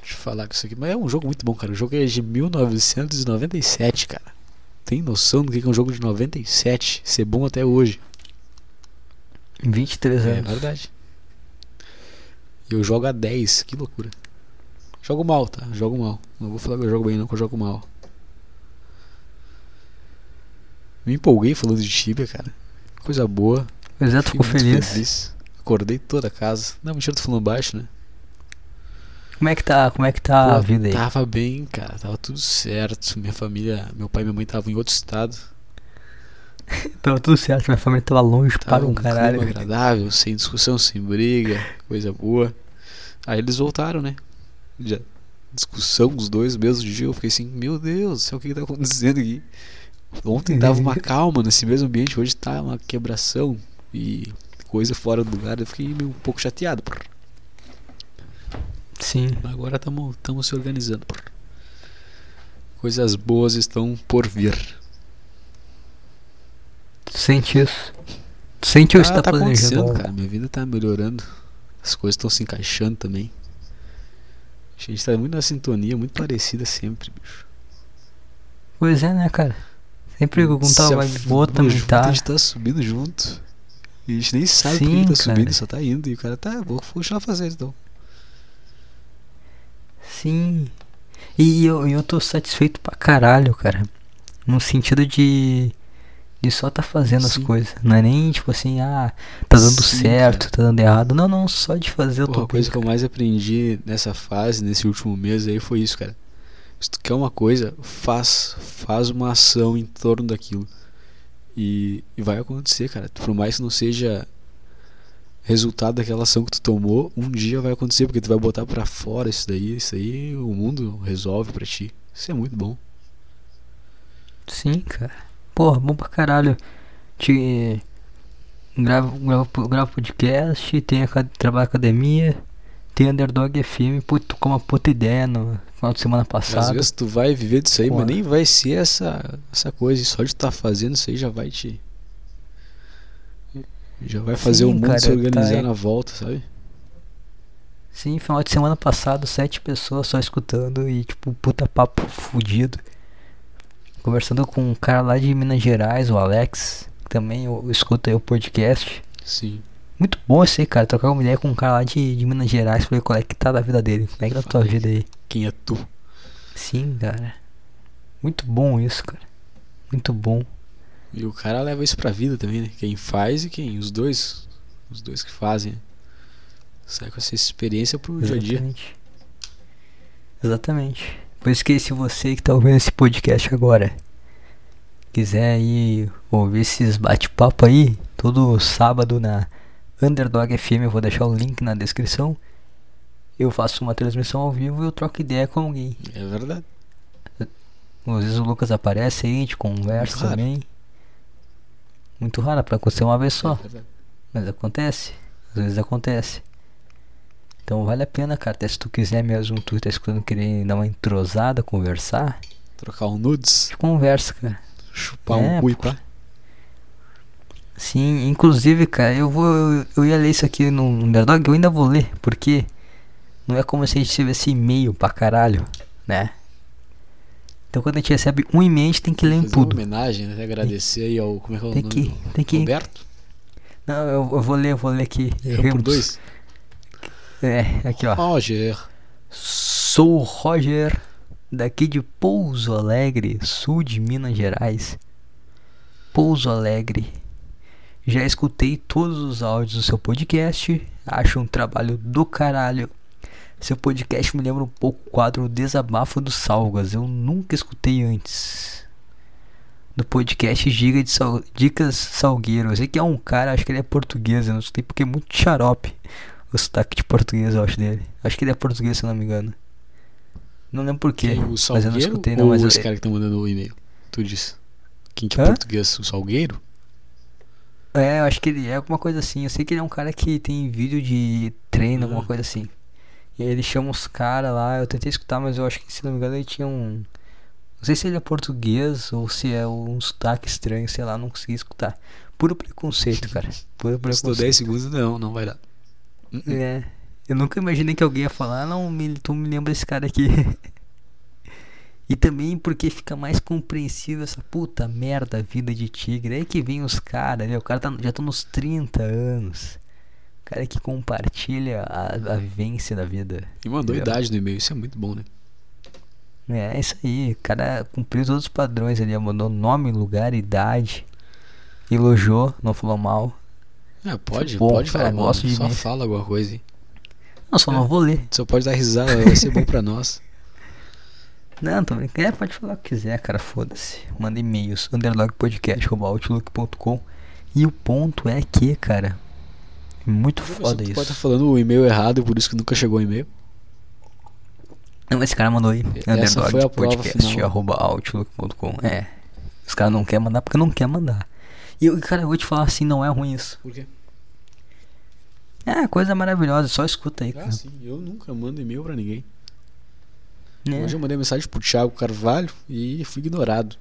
S2: Deixa eu falar com isso aqui. Mas é um jogo muito bom, cara. O jogo é de 1997, cara. Tem noção do que que é um jogo de 97? Ser bom até hoje.
S1: 23
S2: É
S1: anos.
S2: verdade. E eu jogo a 10, que loucura. Jogo mal, tá? Jogo mal. Não vou falar que eu jogo bem, não, que eu jogo mal. Me empolguei falando de Tibia, cara. Coisa boa.
S1: O Zé ficou
S2: Fiquei muito
S1: feliz.
S2: Acordei toda a casa. Não, mentira, tô falando baixo, né?
S1: Como é que tá, como é que tá
S2: Pô,
S1: a vida aí?
S2: Tava bem, cara, tava tudo certo. Minha família, meu pai e minha mãe estavam em outro estado.
S1: Tava tudo certo, minha família tava longe
S2: Tava
S1: para um caralho.
S2: Tá clima agradável, sem discussão, sem briga, coisa boa. Aí eles voltaram, né? Já discussão os dois no mesmo dia. Eu fiquei assim, meu Deus, do céu, o que, que tá acontecendo aqui? Ontem tava uma calma nesse mesmo ambiente, hoje tá uma quebração. e coisa fora do lugar, eu fiquei meio um pouco chateado. prr.
S1: Sim.
S2: Agora estamos se organizando. prr. Coisas boas estão por vir.
S1: Tu sente isso? Tu sente ou
S2: Ah,
S1: está
S2: tá
S1: planejando?
S2: acontecendo,
S1: algo?
S2: cara. Minha vida tá melhorando. As coisas estão se encaixando também. A gente tá muito na sintonia, muito parecida sempre, bicho.
S1: Pois é, né, cara? Sempre que um tá
S2: Se
S1: uma vibe boa
S2: afundou
S1: também
S2: junto,
S1: tá.
S2: A gente tá subindo junto. E a gente nem sabe por
S1: Sim,
S2: que tá
S1: cara.
S2: subindo, só tá indo. E o cara tá, vou continuar fazendo então.
S1: Sim. E eu, eu tô satisfeito pra caralho, cara. No sentido de. De só tá fazendo
S2: Sim.
S1: as coisas. Não é nem tipo assim, ah, tá dando
S2: Sim,
S1: certo, tá dando errado. Não, não, só de fazer eu
S2: Porra,
S1: tô
S2: a coisa
S1: bem.
S2: que eu mais aprendi nessa fase, nesse último mês aí, foi isso, cara. Se tu quer uma coisa, faz. Faz uma ação em torno daquilo. E, e vai acontecer, cara. Por mais que não seja resultado daquela ação que tu tomou, um dia vai acontecer, porque tu vai botar pra fora isso daí, isso aí o mundo resolve pra ti. Isso é muito bom.
S1: Sim, cara. Porra, bom pra caralho. Te. Gravo, gravo, gravo podcast, tem aca- trabalho na academia, tem Underdog FM, pô, tu com uma puta ideia no final de semana
S2: Às
S1: passado.
S2: vezes tu vai viver disso aí, mas
S1: Fora.
S2: nem vai ser essa, essa coisa. E só de estar fazendo isso aí já vai te. Já vai fazer o
S1: Sim,
S2: mundo
S1: cara,
S2: se organizar
S1: tá-
S2: na volta, sabe?
S1: Sim, final de semana passado, sete pessoas só escutando e tipo, puta papo fudido. Conversando com um cara lá de Minas Gerais, o Alex, que também eu, eu escuto aí o podcast.
S2: Sim.
S1: Muito bom esse aí, cara, trocar uma ideia com um cara lá de, de Minas Gerais pra ver qual é que tá da vida dele, como é que tá a tua vida aí.
S2: Quem é tu?
S1: Sim, cara. Muito bom isso, cara. Muito bom.
S2: E o cara leva isso pra vida também, né? Quem faz e quem? Os dois. Os dois que fazem. né? Sai com essa experiência pro dia a dia.
S1: Exatamente. Exatamente. Por isso que se você que tá ouvindo esse podcast agora quiser aí ouvir esses bate-papo aí, todo sábado na Underdog FM, eu vou deixar o link na descrição. Eu faço uma transmissão ao vivo e eu troco ideia com alguém.
S2: É verdade.
S1: Às vezes o Lucas aparece aí, a gente conversa
S2: Muito raro.
S1: também. Muito raro, pra acontecer uma vez só.
S2: É verdade.
S1: Mas acontece. Às vezes acontece. Então vale a pena, cara. Até se tu quiser mesmo, tu tá escutando querer dar uma entrosada, conversar, a
S2: Trocar um nudes,
S1: gente conversa, cara.
S2: chupar
S1: É,
S2: um cu e pá.
S1: Sim, inclusive, cara, eu vou. Eu, eu ia ler isso aqui no Underdog, eu ainda vou ler, porque não é como se a gente tivesse e-mail pra caralho, né? Então quando a gente recebe um e-mail, a gente tem que ler em
S2: Fazer uma
S1: tudo.
S2: homenagem, né? Até Agradecer aí ao. Como é que é o
S1: Tem
S2: nome?
S1: que-
S2: do-
S1: tem que-
S2: Roberto?
S1: Não, eu, eu vou ler, eu vou ler aqui.
S2: Errou por
S1: Ramos.
S2: dois.
S1: É, aqui ó.
S2: Roger.
S1: Sou o Roger, daqui de Pouso Alegre, sul de Minas Gerais. Pouso Alegre. Já escutei todos os áudios do seu podcast, acho um trabalho do caralho. Seu podcast me lembra um pouco o quadro Desabafo dos Salgas, eu nunca escutei antes. Do podcast Giga de Sal- Dicas Salgueiro. Esse aqui é um cara, acho que ele é português, eu não escutei porque é muito xarope o sotaque de português, eu acho dele. Acho que ele é português, se eu não me engano. Não lembro porquê,
S2: Quem? O
S1: É, mas eu
S2: Salgueiro
S1: não escutei não,
S2: ou
S1: mas eu-
S2: os caras que estão mandando o e-mail? Tu disse. Quem que é
S1: Hã?
S2: português? O Salgueiro?
S1: É, eu acho que ele é alguma coisa assim. Eu sei que ele é um cara que tem vídeo de treino, alguma
S2: Ah.
S1: coisa assim. E aí ele chama os caras lá. Eu tentei escutar, mas eu acho que, se não me engano, ele tinha um. Não sei se ele é português ou se é um sotaque estranho, sei lá, não consegui escutar. Puro preconceito, cara. Puro
S2: Estou
S1: preconceito.
S2: 10 segundos, não, não vai dar. Hum,
S1: É. Eu nunca imaginei que alguém ia falar, "Ah, não, me, tu me lembra esse cara aqui. e também porque fica mais compreensível essa puta merda vida de tigre. Aí que vem os caras, né? O cara tá- já tá nos 30 anos. O cara que compartilha a, a vivência da vida.
S2: E mandou
S1: Entendeu?
S2: idade no e-mail, isso é muito bom, né?
S1: É, é isso aí. O cara cumpriu todos os padrões ali. Mandou nome, lugar, idade. Elogiou, não falou mal.
S2: Ah, pode,
S1: bom,
S2: pode
S1: cara,
S2: falar mal,
S1: gosto de
S2: só
S1: mim.
S2: fala alguma coisa, hein?
S1: Não, só não vou ler.
S2: Só pode dar risada, vai ser bom pra nós.
S1: Não, tô brincando. É, pode falar o que quiser, cara. Foda-se. Manda e-mails. underdogpodcast.outlook.com E o ponto é que, cara. é Muito foda
S2: Tu
S1: isso.
S2: pode estar falando o e-mail errado, por isso que nunca chegou o e-mail.
S1: Não, esse cara mandou aí.
S2: Essa foi a prova final.
S1: Underdogpodcast.outlook.com É. Os caras não querem mandar porque não quer mandar. E, eu- cara, eu vou te falar assim, não é ruim isso.
S2: Por quê?
S1: É, coisa maravilhosa, só escuta aí, cara.
S2: Ah, sim, eu nunca mando e-mail pra ninguém.
S1: Né?
S2: Hoje eu mandei mensagem pro Thiago Carvalho e fui ignorado.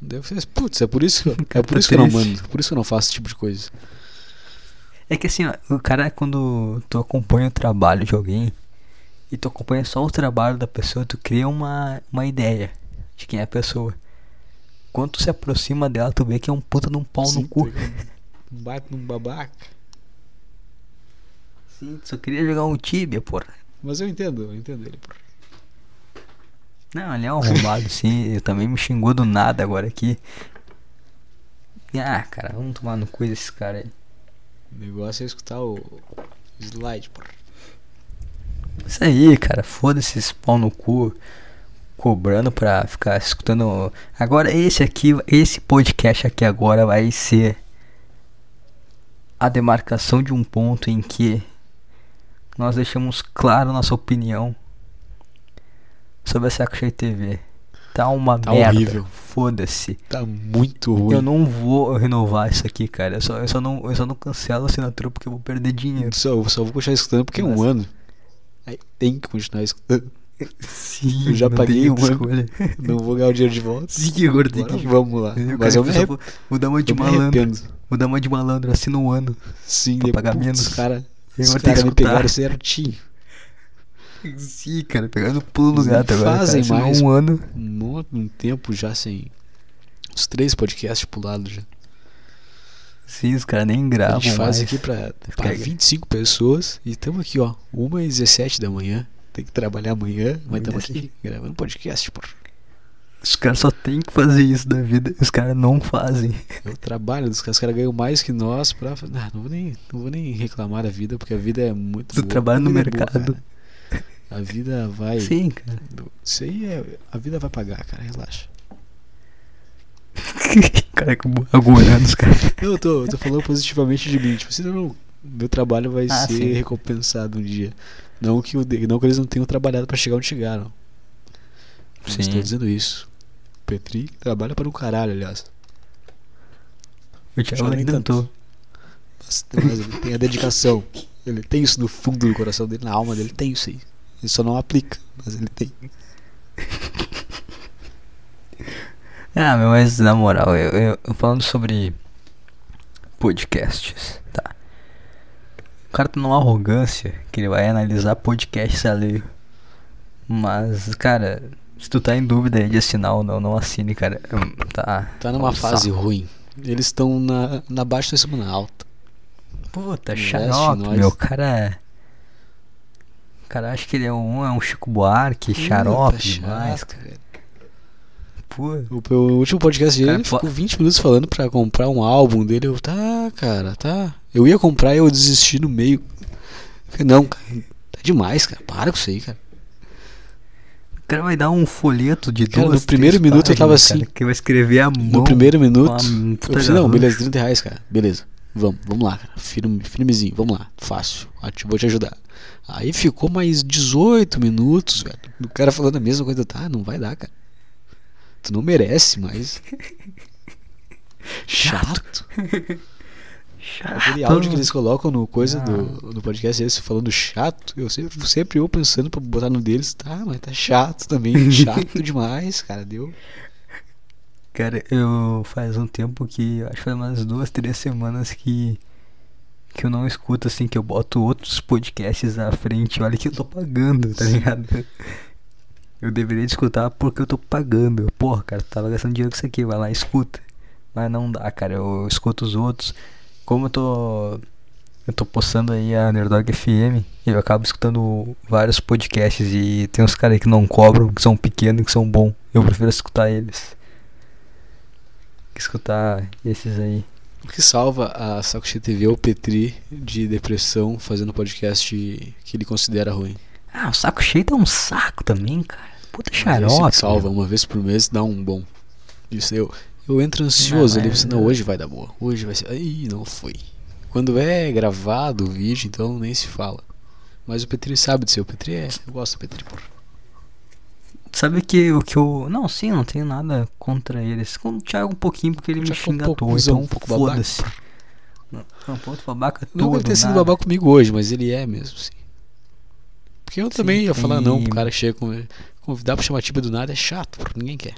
S2: Daí eu falei, putz, é por isso que eu, é
S1: Cara,
S2: por
S1: tá
S2: isso que eu não
S1: triste.
S2: mando, por isso que eu não faço esse tipo de coisa.
S1: É que assim, ó, o cara, quando tu acompanha o trabalho de alguém e tu acompanha só o trabalho da pessoa, tu cria uma, uma ideia de quem é a pessoa. Quando tu se aproxima dela, tu vê que é um puta de um pau
S2: Sim,
S1: no cu.
S2: tá ligado? Um bato num babaca.
S1: Sim, só queria jogar um Tibia, porra.
S2: Mas eu entendo, eu entendo ele, porra.
S1: Não, ele é um arrombado, sim. Eu também me xingou do nada agora aqui. Ah, cara, vamos tomar no cu esses caras aí.
S2: O negócio é escutar o slide, porra.
S1: Isso aí, cara, foda-se esse pau no cu cobrando pra ficar escutando. Agora esse aqui, esse podcast aqui agora vai ser a demarcação de um ponto em que nós deixamos claro nossa opinião sobre a Sacrosei TV. Tá uma
S2: Tá
S1: merda.
S2: horrível.
S1: Foda-se.
S2: Tá muito ruim.
S1: Eu não vou renovar isso aqui, cara. Eu só, eu só, não, eu só não cancelo a assinatura porque eu vou perder dinheiro.
S2: Só, só vou continuar escutando porque é um
S1: Mas-
S2: ano. Aí tem que continuar escutando.
S1: Sim,
S2: Eu já
S1: não
S2: paguei
S1: tem
S2: o banco.
S1: escolha.
S2: Não vou ganhar o dinheiro de volta.
S1: Sim, que agora tem
S2: Agora
S1: que-
S2: Vamos lá.
S1: Eu quero
S2: Mas eu
S1: que
S2: me,
S1: eu só
S2: arrep...
S1: vou- vou dar uma de
S2: eu me
S1: malandro.
S2: arrependo.
S1: Vou dar uma de malandro, assina um ano.
S2: Sim,
S1: Pra
S2: depois
S1: pagar menos.
S2: os caras
S1: Eu vou ter que
S2: cara me
S1: escutar.
S2: pegaram certinho.
S1: Sim, cara, pegando o pulo do
S2: Eles
S1: gato
S2: não
S1: agora. cara.
S2: fazem
S1: Assinou
S2: mais.
S1: um ano.
S2: Um, um tempo já sem. Os três podcasts pulados já.
S1: Sim, os caras nem
S2: a
S1: gravam.
S2: gente faz
S1: mais.
S2: aqui pra, pra
S1: Pega.
S2: 25 pessoas e estamos aqui, ó. 1h17 da manhã. Tem que trabalhar amanhã, mas estamos
S1: assim.
S2: aqui gravando podcast, porra.
S1: Os caras só tem que fazer isso da vida. Os caras não fazem.
S2: É o trabalho dos caras. Os caras ganham mais que nós pra. Ah, não, vou nem, não vou nem reclamar da vida, porque a vida é muito.
S1: Tu
S2: boa.
S1: trabalha
S2: A
S1: no
S2: vida é boa,
S1: mercado.
S2: cara. a vida vai.
S1: Sim, cara.
S2: Isso aí é. A vida vai pagar, cara. Relaxa.
S1: Caraca, agorando é os caras.
S2: Não, eu tô, eu tô falando positivamente de mim. Tipo assim, não, não, meu trabalho vai
S1: Ah,
S2: ser
S1: sim.
S2: recompensado um dia. Não que, o, de- não que eles não tenham trabalhado pra chegar onde chegaram. Não
S1: Sim.
S2: estou dizendo isso. O Petri trabalha para um caralho, aliás.
S1: O Thiago
S2: Já nem
S1: nem tentou.
S2: Mas, mas ele tem a dedicação. Ele tem isso no fundo do coração dele, na alma dele, tem isso aí. Ele só não aplica, mas ele tem.
S1: Ah, meu, mas na moral, eu, eu- eu falando sobre podcasts, tá? O cara tem uma arrogância que ele vai analisar podcasts alheio. Mas, cara, se tu tá em dúvida aí de assinar ou não, não assine, cara. Hum, Tá.
S2: Tá numa
S1: um
S2: fase
S1: saco.
S2: ruim. Eles estão na, na baixa, nós estamos na alta.
S1: Puta,
S2: Investe
S1: xarope,
S2: nós.
S1: meu. O cara. é, O cara acha que ele é um, é um Chico Buarque,
S2: Puta,
S1: xarope
S2: chato,
S1: demais, cara.
S2: velho.
S1: Pô,
S2: O, o último podcast dele,
S1: Cara,
S2: ele
S1: pô-
S2: ficou 20 minutos falando pra comprar um álbum dele. Eu, tá, cara, tá. Eu ia comprar e eu desisti no meio. Não, cara, tá demais, cara. Para com isso aí, cara.
S1: O cara vai dar um folheto de
S2: Cara,
S1: duas,
S2: no primeiro
S1: três
S2: minuto eu tava
S1: páginas, cara,
S2: assim.
S1: que vai escrever a
S2: No
S1: mão.
S2: primeiro minuto,
S1: uma
S2: eu
S1: puta
S2: pensei, não,
S1: gravura.
S2: beleza, 30 reais, cara. Beleza. Vamos, vamos lá, cara. Firme, firmezinho, vamos lá. Fácil. Ah, te- Vou te ajudar. Aí ficou mais 18 minutos, velho. O cara falando a mesma coisa. Tá, não vai dar, cara. Tu não merece mais. Chato. É Aquele áudio que eles colocam no coisa
S1: Ah.
S2: do no podcast esse falando chato, eu sempre, sempre eu pensando pra botar no deles, tá, mas tá chato também, chato demais, cara, deu.
S1: Cara, eu faz um tempo que, acho que faz umas duas, três semanas que que eu não escuto assim, que eu boto outros podcasts na frente, olha que eu tô pagando, tá ligado? Eu deveria de escutar porque eu tô pagando. Porra, cara, tu tava gastando dinheiro com isso aqui, vai lá e escuta. Mas não dá, cara, eu escuto os outros. Como eu tô eu tô postando aí a Nerdog FM, eu acabo escutando vários podcasts e tem uns caras aí que não cobram, que são pequenos, que são bons. Eu prefiro escutar eles que escutar esses aí.
S2: O que salva a Saco Cheio TV é o Petri de depressão fazendo podcast que ele considera ruim.
S1: Ah, o saco cheio tá um saco também, cara. Puta
S2: Mas esse é o
S1: xarope.
S2: que salva,
S1: meu.
S2: uma vez por mês dá um bom. Isso eu eu entro ansioso
S1: Não,
S2: ali,
S1: mas- é.
S2: pensando, não, hoje vai dar boa. Hoje vai ser. Aí não foi. Quando é gravado o vídeo, então nem se fala. Mas o Petri sabe do seu Petri é. Eu gosto do Petri, porra.
S1: Sabe que o que eu. Não, sim, não tenho nada contra eles. Com o Thiago um pouquinho, porque ele
S2: O
S1: me
S2: Thiago é um
S1: xinga à
S2: pouco
S1: toa,
S2: cuzão,
S1: então
S2: um pouco babaca.
S1: foda-se. Não, é um ponto babaca todo.
S2: Não que ele tenha sido
S1: nada.
S2: babaca comigo hoje, mas ele é mesmo, sim. Porque eu também ia
S1: e-
S2: falar não pro cara que chega com... convidar pra chamativa do nada é chato, porque ninguém quer.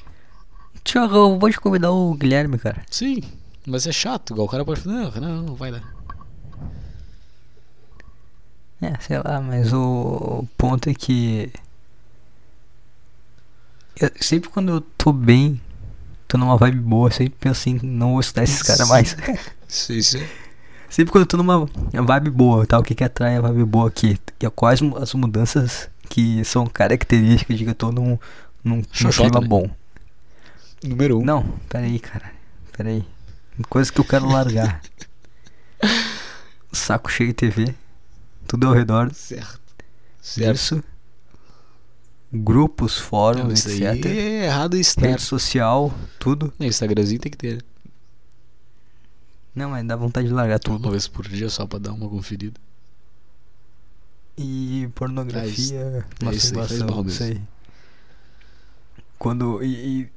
S1: Thiago, eu vou te convidar o Guilherme, cara.
S2: Sim, mas é chato, igual o cara pode falar, não, não, não vai lá.
S1: É, sei lá, mas o ponto é que. Eu, sempre quando eu tô bem, tô numa vibe boa, eu sempre penso assim, não vou estudar esses caras mais.
S2: Isso, isso é.
S1: Sempre quando eu tô numa vibe boa, tá? O que que atrai a vibe boa aqui? E é quais mu- as mudanças que são características de que eu tô num, num, num
S2: Xoxota,
S1: clima
S2: né?
S1: bom?
S2: Número um.
S1: Não, peraí, cara. Peraí. Coisa que eu quero largar. Saco cheio de TV. Tudo ao redor
S2: Certo. Certo.
S1: disso. Grupos, fóruns,
S2: Não, isso aí
S1: etc.
S2: é errado e estar.
S1: Rede social, tudo.
S2: Não, Instagramzinho tem que ter. né?
S1: Não, mas dá vontade de largar tudo.
S2: Uma vez por dia só pra dar uma conferida.
S1: E pornografia,
S2: é isso aí, faz mal
S1: masturbação, isso
S2: mesmo.
S1: aí. Quando. E, e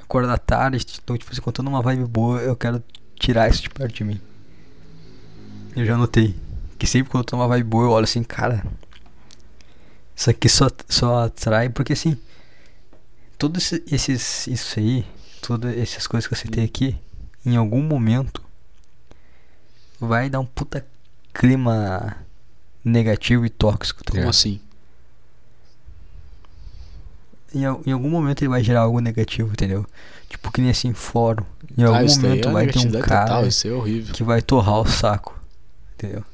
S1: acordar tarde, então, tipo assim, quando eu tô numa vibe boa, eu quero tirar isso de perto de mim. Eu já notei. Que sempre quando eu tô numa vibe boa, eu olho assim, cara. Isso aqui só, só atrai, porque assim. Todos esse- esses. Isso aí, todas essas coisas que eu citei aqui, em algum momento. Vai dar um puta clima negativo e tóxico, tá
S2: Como
S1: ligado?
S2: assim?
S1: em, al- em algum momento ele vai gerar algo negativo, entendeu? Tipo que nem assim, fórum. Em
S2: Ah,
S1: algum
S2: isso daí
S1: momento
S2: é
S1: vai ter um
S2: negatividade
S1: cara
S2: total, isso aí é horrível.
S1: que vai torrar o saco, entendeu?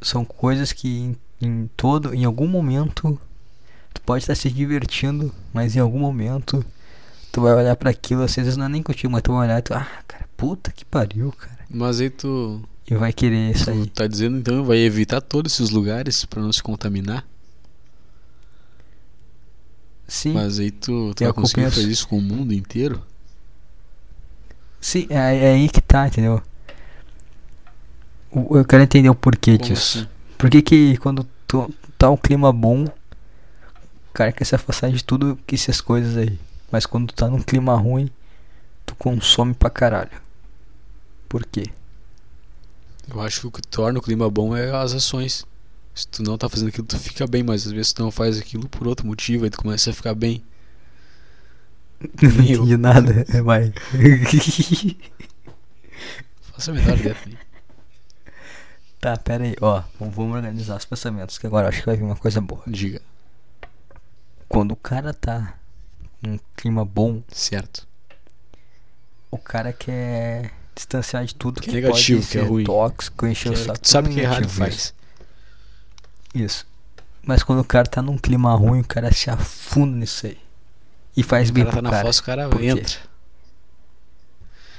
S1: São coisas que em, em todo, em algum momento tu pode estar se divertindo, mas em algum momento tu vai olhar pra aquilo, assim, às vezes não é nem contigo, mas tu vai olhar e tu, ah, cara, puta que pariu, cara.
S2: Mas aí tu,
S1: E vai querer isso
S2: tu
S1: aí.
S2: tá dizendo então vai evitar todos esses lugares pra não se contaminar?
S1: Sim.
S2: Mas aí tu, tu
S1: Eu
S2: vai conseguir
S1: compenso.
S2: fazer isso com o mundo inteiro?
S1: Sim, é, é aí que tá, entendeu? O- Eu quero entender o porquê
S2: Como
S1: disso.
S2: assim?
S1: Por que que quando tu- tá um clima bom, o cara quer se afastar de tudo que essas coisas aí. Mas quando tá num clima ruim, tu consome pra caralho. Por quê?
S2: Eu acho que o que torna o clima bom é as ações. Se tu não tá fazendo aquilo, tu fica bem, mas às vezes tu não faz aquilo por outro motivo, aí tu começa a ficar bem.
S1: Não
S2: Eu.
S1: entendi nada, é, vai.
S2: Faça a menor ideia. também.
S1: tá, pera aí, ó. Vamos, vamos organizar os pensamentos, que agora eu acho que vai vir uma coisa boa.
S2: Diga.
S1: Quando o cara tá num clima bom,
S2: Certo.
S1: o cara quer distanciar de tudo
S2: Que
S1: que,
S2: é negativo,
S1: pode
S2: que é
S1: ser
S2: ruim.
S1: tóxico, encher o
S2: Que é-
S1: saco.
S2: tu sabe
S1: tudo
S2: que é errado
S1: negativo, isso.
S2: faz.
S1: Isso. Mas quando o cara tá num clima ruim, o cara se afunda nisso aí. E faz
S2: O
S1: bem
S2: cara tá
S1: pro
S2: na
S1: cara.
S2: fossa, o cara
S1: Por quê?
S2: entra.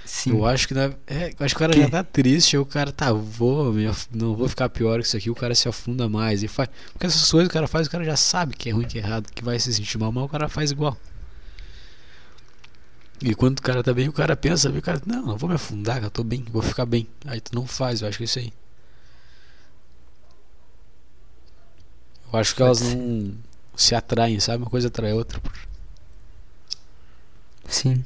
S1: Sim.
S2: Eu acho que na- é, eu acho que o cara
S1: Quê?
S2: já tá triste, aí o cara tá, vou, me af- não vou ficar pior que isso aqui, o cara se afunda mais e faz. Porque essas coisas que o cara faz, o cara já sabe que é ruim, que é errado, que vai se sentir mal, mas o cara faz igual. E quando o cara tá bem, o cara pensa, o cara, não, não vou me afundar, que eu tô bem, vou ficar bem. Aí tu não faz, eu acho que é isso aí. Eu acho que
S1: Pode
S2: elas
S1: ser.
S2: não se atraem, sabe? Uma coisa atrai a outra.
S1: Sim.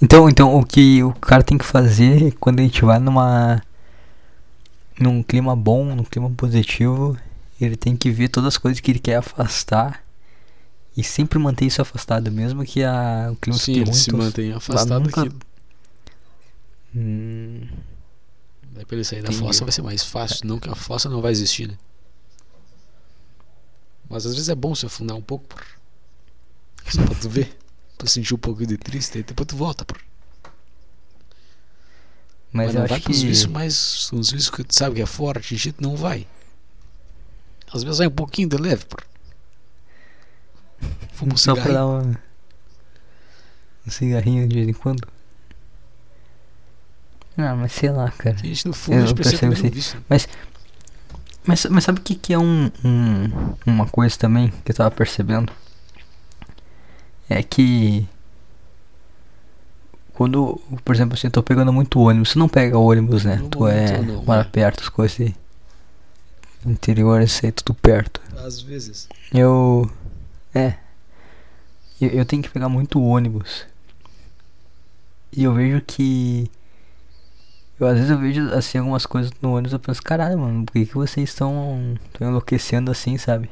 S1: Então, então, o que o cara tem que fazer quando a gente vai numa. num clima bom, num clima positivo, ele tem que ver todas as coisas que ele quer afastar. E sempre manter isso afastado, mesmo que a, o clima
S2: Sim,
S1: fique
S2: ele
S1: ruim.
S2: se
S1: tu-
S2: mantém afastado
S1: nunca-
S2: daquilo.
S1: Hum,
S2: Daí pra ele sair da
S1: Entendi.
S2: fossa vai ser mais fácil, não que a fossa não vai existir, né? Mas às vezes é bom se afundar um pouco, por... Só pra tu ver, pra sentir um pouco de triste, e depois tu volta, por...
S1: mas eu
S2: não
S1: acho
S2: vai
S1: que.
S2: pros vícios mais. uns vícios que tu sabe que é forte, de jeito não vai. Às vezes vai um pouquinho de leve, por... Fuma um
S1: Só pra
S2: cigarro.
S1: dar uma... um cigarrinho de vez em quando. Ah, mas sei lá, cara.
S2: A gente no
S1: Eu
S2: fundo a gente
S1: não
S2: percebe que
S1: percebo
S2: não é um
S1: se-
S2: vício.
S1: Mas, mas sabe o que, que é um, um- uma coisa também que eu tava percebendo? É que. Quando, por exemplo, assim, eu tô pegando muito ônibus. Você não pega ônibus, né?
S2: No
S1: tu é.
S2: momento não,
S1: mora
S2: né?
S1: perto, as coisas aí. Interior, isso aí é tudo perto.
S2: Às vezes.
S1: Eu. É. Eu, eu tenho que pegar muito ônibus. E eu vejo que. Eu, às vezes eu vejo assim algumas coisas no ônibus eu penso, caralho, mano, por que, que vocês estão estão enlouquecendo assim, sabe?